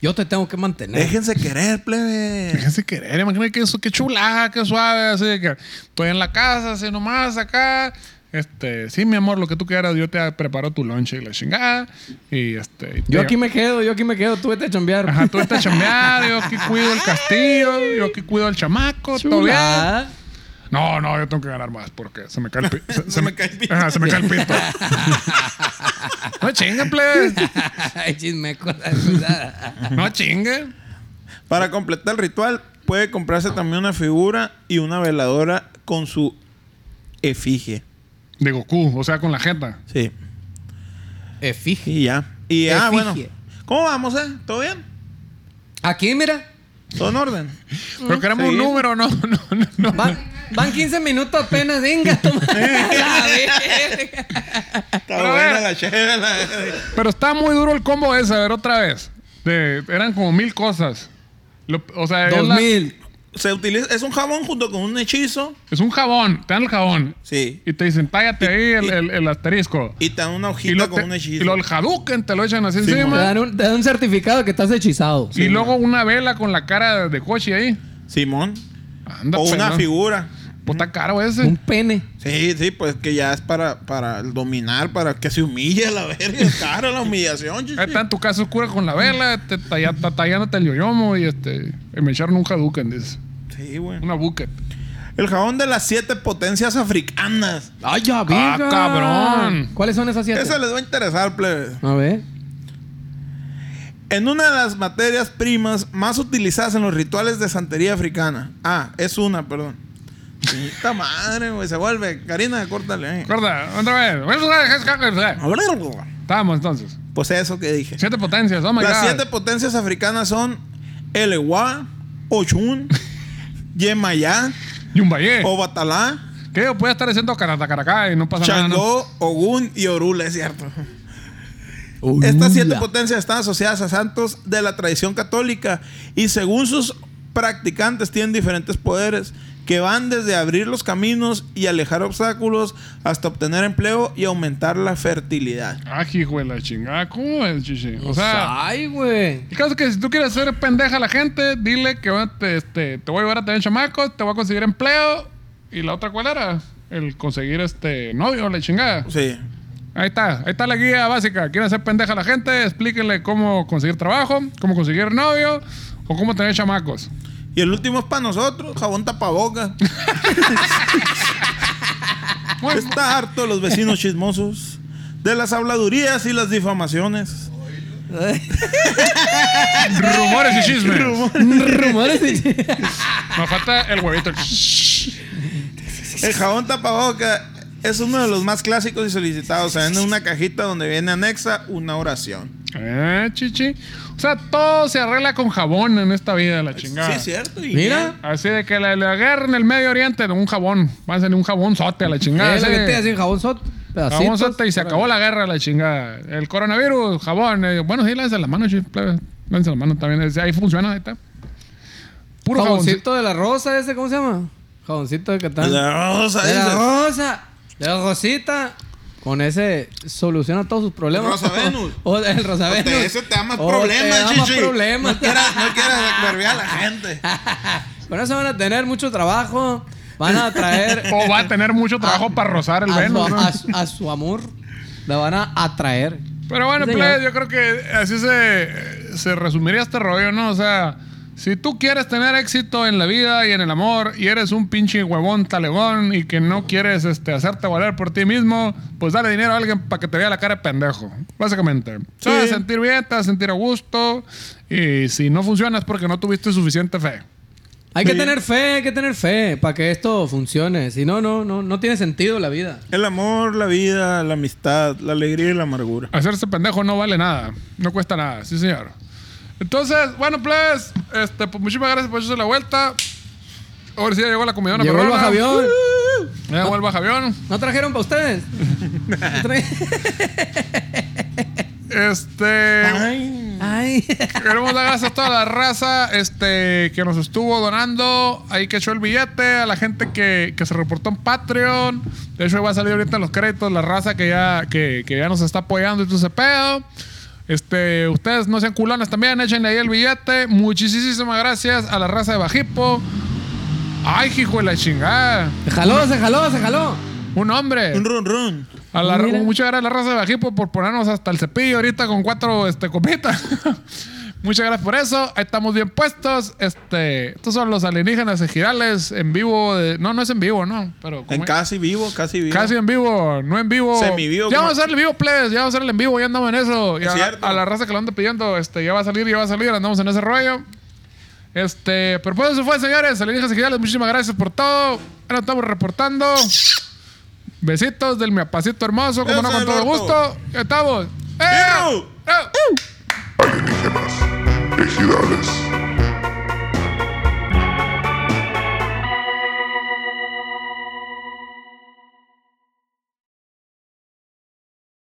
Speaker 4: Yo te tengo que mantener.
Speaker 3: Déjense querer, plebe.
Speaker 2: Déjense querer. Imagínate que eso, qué chulada, qué suave. Así de que estoy en la casa, así nomás acá. Este, sí, mi amor, lo que tú quieras, yo te preparo tu lonche y la chingada. Y este. y te-
Speaker 4: Yo aquí me quedo, yo aquí me quedo. Tú vete a chambear.
Speaker 2: Ajá, tú
Speaker 4: *laughs*
Speaker 2: estás a chambear, yo aquí cuido el castillo, yo aquí cuido al chamaco, todo bien.
Speaker 4: Chulada.
Speaker 2: No, no, yo tengo que ganar más porque se me cae el pito. Se,
Speaker 3: *laughs* Se me cae el pito.
Speaker 2: Ajá, se me cae el
Speaker 3: *laughs*
Speaker 2: pito. no chinguen, please.
Speaker 4: *laughs* Ay, chismeco. la verdad.
Speaker 2: No chinguen.
Speaker 3: Para completar el ritual, puede comprarse también una figura y una veladora con su efigie.
Speaker 2: De Goku, o sea, con la jeta.
Speaker 3: Sí.
Speaker 4: Efigie.
Speaker 3: Y ya. Y ya, bueno.
Speaker 4: Efigie.
Speaker 3: ¿Cómo vamos, eh? ¿Todo bien?
Speaker 4: Aquí, mira.
Speaker 3: ¿Todo en orden?
Speaker 2: Pero queremos un
Speaker 3: Mm, Sí.
Speaker 2: número, no, no, no. no.
Speaker 4: Van, van 15 minutos apenas. *laughs* Venga, toma. La verga.
Speaker 3: *laughs* Está
Speaker 2: Pero a
Speaker 3: buena
Speaker 2: ver.
Speaker 3: la chela, la verga.
Speaker 2: Pero está muy duro el combo ese, a ver, otra vez. De- eran como mil cosas. Lo- o sea, es, la-
Speaker 4: 2000.
Speaker 3: Se utiliza, es un jabón junto con un hechizo.
Speaker 2: es un jabón, te dan el jabón.
Speaker 3: Sí.
Speaker 2: Y te dicen, tállate ahí el,
Speaker 3: y-
Speaker 2: el- el asterisco.
Speaker 3: Y te dan una
Speaker 2: Y
Speaker 3: hojita
Speaker 2: lo,
Speaker 3: con
Speaker 2: te-
Speaker 3: un
Speaker 2: y
Speaker 3: hechizo.
Speaker 2: lo el Hadouken te lo echan así
Speaker 3: Sí,
Speaker 4: Te
Speaker 2: encima.
Speaker 4: dan, un, te dan un certificado que estás hechizado.
Speaker 2: y luego una vela con la cara de Koshi ahí.
Speaker 3: Simón.
Speaker 2: Anda,
Speaker 3: o
Speaker 2: pues,
Speaker 3: una
Speaker 2: ¿no?
Speaker 3: figura.
Speaker 2: Pues está caro ese.
Speaker 4: Un pene.
Speaker 3: Sí, sí, pues que ya es para, para el dominar, para que se humille la verga. *laughs* es Cara, la humillación, chichi.
Speaker 2: Ahí está en tu casa oscura con la vela, te talla- ta- tallándote el yoyomo y este. y me echaron un Hadouken, dice.
Speaker 3: Sí, güey.
Speaker 2: Una bucket.
Speaker 3: El jabón de las siete potencias africanas.
Speaker 4: Ay, ya,
Speaker 2: verga. cabrón.
Speaker 4: Ah, ¿Cuáles son esas siete?
Speaker 3: Esa les va a interesar, plebes.
Speaker 4: A ver.
Speaker 3: En una de las materias primas más utilizadas en los rituales de santería africana. Ah, es una, perdón. Esta madre, güey, se vuelve. Karina, córtale. eh.
Speaker 2: Recuerda, otra vez. eh. Estábamos entonces.
Speaker 3: Pues eso que dije.
Speaker 2: Siete potencias, oh my
Speaker 3: Las
Speaker 2: god.
Speaker 3: siete potencias africanas son Elewa,
Speaker 2: *laughs*
Speaker 3: Ochun, Yemayá,
Speaker 2: Yumbayé.
Speaker 3: Oh. Obatalá,
Speaker 2: Que yo puede estar diciendo caratacaracá y no pasa nada. ¿no?
Speaker 3: Changó, Ogún y Orula, es cierto. Estas siete potencias están asociadas a santos de la tradición católica y según sus practicantes tienen diferentes poderes que van desde abrir los caminos y alejar obstáculos hasta obtener empleo y aumentar la fertilidad.
Speaker 2: Ah, hijo de la chingada. ¿Cómo es, chiche?
Speaker 3: Pues,
Speaker 2: O
Speaker 3: ah.
Speaker 2: sea,
Speaker 4: Ay, güey. *laughs*
Speaker 2: el caso es que si tú quieres hacer pendeja a la gente, dile que bueno, te, este, te voy a llevar a tener chamacos, te voy a conseguir empleo. ¿Y la otra cuál era? El conseguir este novio, la chingada.
Speaker 3: Sí.
Speaker 2: Ahí está, ahí está la guía básica. ¿Quieren hacer pendeja a la gente? Explíquenle cómo conseguir trabajo, cómo conseguir novio o cómo tener chamacos.
Speaker 3: Y el último es para nosotros, jabón tapabocas.
Speaker 2: Muy-
Speaker 3: *laughs* Está harto de los vecinos chismosos, de las habladurías y las difamaciones.
Speaker 2: rumores y chismes.
Speaker 4: Rumores de...
Speaker 2: Nos falta el huevito.
Speaker 3: El jabón tapaboca es uno de los más clásicos y solicitados. Se vende en una cajita donde viene anexa una oración.
Speaker 2: Ah, chichi. O sea, todo se arregla con jabón en esta vida, la chingada.
Speaker 3: Sí, es cierto. y
Speaker 4: Mira.
Speaker 2: Así de que la, la guerra en el Medio Oriente, un jabón. Van a ser un jabón sote a la chingada.
Speaker 4: Es la
Speaker 2: así.
Speaker 4: que te hacen jabón sot. pedacitos.
Speaker 2: Jabón sote y se acabó la guerra, la chingada. El coronavirus, jabón. Eh, bueno, sí, lánzase la mano, chichi. Lánzase la mano también. Ahí funciona, ahí está. Puro jaboncito.
Speaker 4: Jaboncito de la rosa ese, ¿cómo se llama? Jaboncito de
Speaker 3: bien.
Speaker 4: Catán.
Speaker 3: La *laughs* rosa,
Speaker 4: De la
Speaker 3: dice.
Speaker 4: rosa. De la rosita. Con ese soluciona todos sus problemas. *laughs*
Speaker 3: Rosa Venus.
Speaker 4: O el Rosa Venus.
Speaker 3: Te- Ese te da más
Speaker 4: O
Speaker 3: problemas,
Speaker 4: Oh, te da más
Speaker 3: chichi. *laughs*
Speaker 4: problemas.
Speaker 3: No quieras, no quieras
Speaker 4: *laughs*
Speaker 3: verbear a la gente.
Speaker 4: Con eso van a tener mucho trabajo. Van
Speaker 2: *laughs*
Speaker 4: a traer
Speaker 2: O va a tener mucho trabajo para rozar el
Speaker 4: a,
Speaker 2: Venus.
Speaker 4: su,
Speaker 2: ¿no?
Speaker 4: a su- a su amor. La van a atraer.
Speaker 2: Pero bueno,
Speaker 4: Sí,
Speaker 2: plebes,
Speaker 4: señor.
Speaker 2: yo creo que así se, se resumiría este rollo, ¿no? O sea, si tú quieres tener éxito en la vida y en el amor y eres un pinche huevón talegón y que no quieres este, hacerte valer por ti mismo, pues dale dinero a alguien para que te vea la cara de pendejo, básicamente. Te vas a
Speaker 3: Sí.
Speaker 2: sentir bien, te vas a sentir a gusto y si no funciona es porque no tuviste suficiente fe.
Speaker 4: Hay que tener fe, hay que tener fe para que esto funcione. Si no, no, no, no tiene sentido la vida.
Speaker 3: El amor, la vida, la amistad, la alegría y la amargura.
Speaker 2: Hacerse pendejo no vale nada. No cuesta nada. Sí, señor. Entonces, bueno, plebes, este, pues muchísimas gracias por hacerse la vuelta. Ahora sí ya llegó la comidona.
Speaker 4: Llegó el
Speaker 2: perrona.
Speaker 4: bajavión.
Speaker 2: Ya llegó el bajavión.
Speaker 4: ¿No trajeron
Speaker 2: *laughs*
Speaker 4: para ustedes? ¿No tra-
Speaker 2: Este.
Speaker 4: Ay. *laughs*
Speaker 2: Queremos dar gracias a toda la raza este, que nos estuvo donando, ahí que echó el billete, a la gente que, que se reportó en Patreon. De hecho, ahí va a salir ahorita en los créditos la raza que ya, que, que ya nos está apoyando y todo ese pedo. Este, ustedes no sean culones también, échenle ahí el billete. Muchísimas gracias a la raza de Bajipo. Ay, hijo de la chingada.
Speaker 4: Se jaló, se jaló, se jaló.
Speaker 2: Un
Speaker 4: Eh.
Speaker 2: hombre.
Speaker 3: Un run run.
Speaker 2: A la,
Speaker 4: Mira.
Speaker 2: muchas gracias a la raza de Bajipo por ponernos hasta el cepillo ahorita con cuatro este, copitas. *laughs* muchas gracias por eso. Ahí estamos bien puestos. Este, estos son los alienígenas ejidales en vivo. de- no, no es en vivo, no. Pero
Speaker 3: En
Speaker 2: como-
Speaker 3: casi vivo, casi vivo.
Speaker 2: casi en vivo, no en vivo.
Speaker 3: Semivivo,
Speaker 2: Ya
Speaker 3: como-
Speaker 2: vamos a hacer el vivo, plebes. Ya vamos a hacer el en vivo. Ya andamos en eso.
Speaker 3: Es
Speaker 2: Ya,
Speaker 3: cierto.
Speaker 2: a la raza que lo anda pidiendo, este, ya va a salir, ya va a salir. Andamos en ese rollo. Este, pero pues eso fue, señores. Alienígenas ejidales, muchísimas gracias por todo. Ahora nos estamos reportando. Besitos del miapacito hermoso, como
Speaker 3: Ese
Speaker 2: no con
Speaker 3: el
Speaker 2: todo gusto.
Speaker 3: orto.
Speaker 2: Estamos. ¡Eh!
Speaker 3: ¡Perro!
Speaker 2: ¡Eh!
Speaker 1: alienígenas, ejidales.